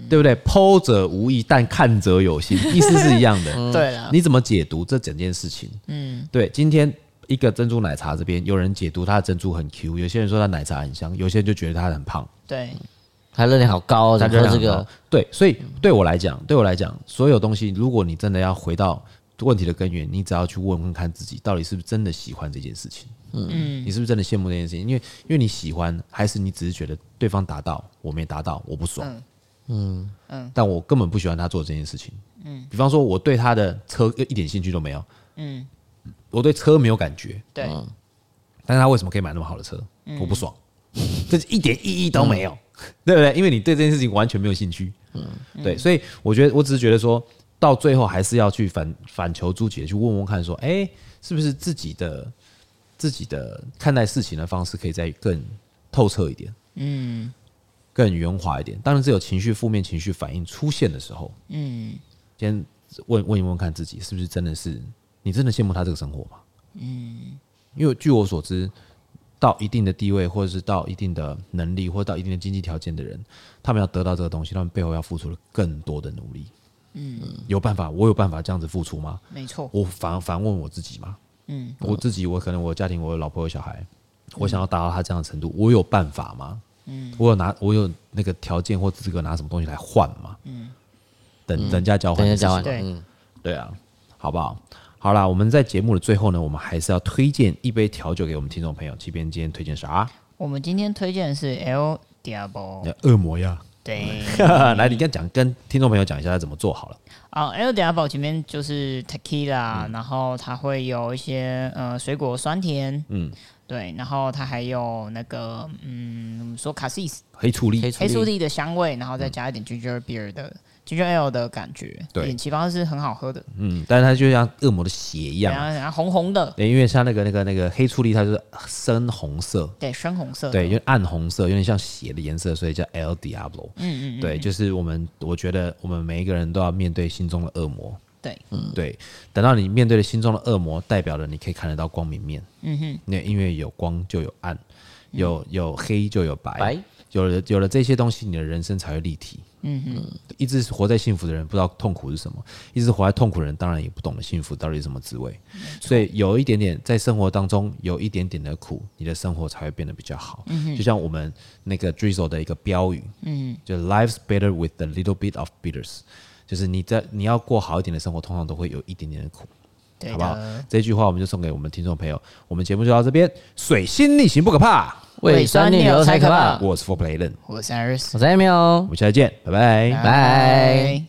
对不对？PO 者无意但看者有 心，意思是一样的。对啊了，你怎么解读这整件事情？嗯，对，今天。一个珍珠奶茶这边，有人解读它的珍珠很 Q，有些人说它奶茶很香，有些人就觉得它很胖。对，他热量好高哦，他然后这热量很个高对，所以对我来讲，对我来讲，所有东西，如果你真的要回到问题的根源，你只要去问问看自己，到底是不是真的喜欢这件事情，嗯，你是不是真的羡慕这件事情？因为因为你喜欢，还是你只是觉得对方达到，我没达到，我不爽，嗯嗯，但我根本不喜欢他做这件事情，嗯，比方说我对他的车一点兴趣都没有，嗯，我对车没有感觉，对，但是他为什么可以买那么好的车？我不爽， 这一点意义都没有， 对不对？因为你对这件事情完全没有兴趣，对，所以我觉得我只是觉得说到最后还是要去反反求诸己地去问问看说，哎，是不是自己的自己的看待事情的方式可以再更透彻一点，嗯，更圆滑一点。当然，只有情绪负面情绪反应出现的时候，嗯，先问问一问看自己是不是真的是你真的羡慕他这个生活吗？嗯，因为据我所知，到一定的地位，或者是到一定的能力，或者到一定的经济条件的人，他们要得到这个东西，他们背后要付出了更多的努力。嗯，有办法，我有办法这样子付出吗？没错，我反反问我自己嘛，嗯，我自己，我可能我有家庭，我有老婆，有小孩，我想要达到他这样的程度，我有办法吗？嗯，我有拿，我有那个条件或资格拿什么东西来换吗？嗯，等人家交换等一的事情，下讲完，对嗯，哦对啊，好不好？好啦，我们在节目的最后呢，我们还是要推荐一杯调酒给我们听众朋友。这边今天推荐啊啥？我们今天推荐的是 L Diablo，恶魔呀！对， 来，你跟讲，跟听众朋友讲一下要怎么做好了。哦，L 迪亚堡前面就是 tequila，、然嗯后它会有一些呃水果酸甜，嗯，对，然后它还有那个嗯，我们说卡西斯黑醋黑栗，黑醋栗栗的香味，然后再加一点 ginger beer 的、ginger ale 的感觉，对点其方是很好喝的，嗯，但是它就像恶魔的血一然后样，啊然后红红的，对，因为像那个那个那个黑醋栗，它就是深红色，对，深红色的，对，因为暗红色，有点像血的颜色，所以叫 El Diablo。嗯嗯对，就是我们，我觉得我们每一个人都要面对心中的恶魔，对，对，等到你面对了心中的恶魔，代表了你可以看得到光明面。嗯哼，那因为有光就有暗，有有黑就有白，白有了有了这些东西，你的人生才会立体。嗯哼，一直活在幸福的人不知道痛苦是什么，一直活在痛苦的人当然也不懂得幸福到底是什么滋味。所以有一点点在生活当中有一点点的苦，你的生活才会变得比较好。就像我们那个 Drizzle 的一个标语，嗯，就是 Life's better with a little bit of bitters，就是你在你要过好一点的生活，通常都会有一点点的苦。对好不好的？这句话我们就送给我们听众朋友。我们节目就到这边，水星逆行不可怕。胃酸逆流才可怕啊。我是 For Play 人，我是 Iris，我是 Emil 我。们下次见，拜拜拜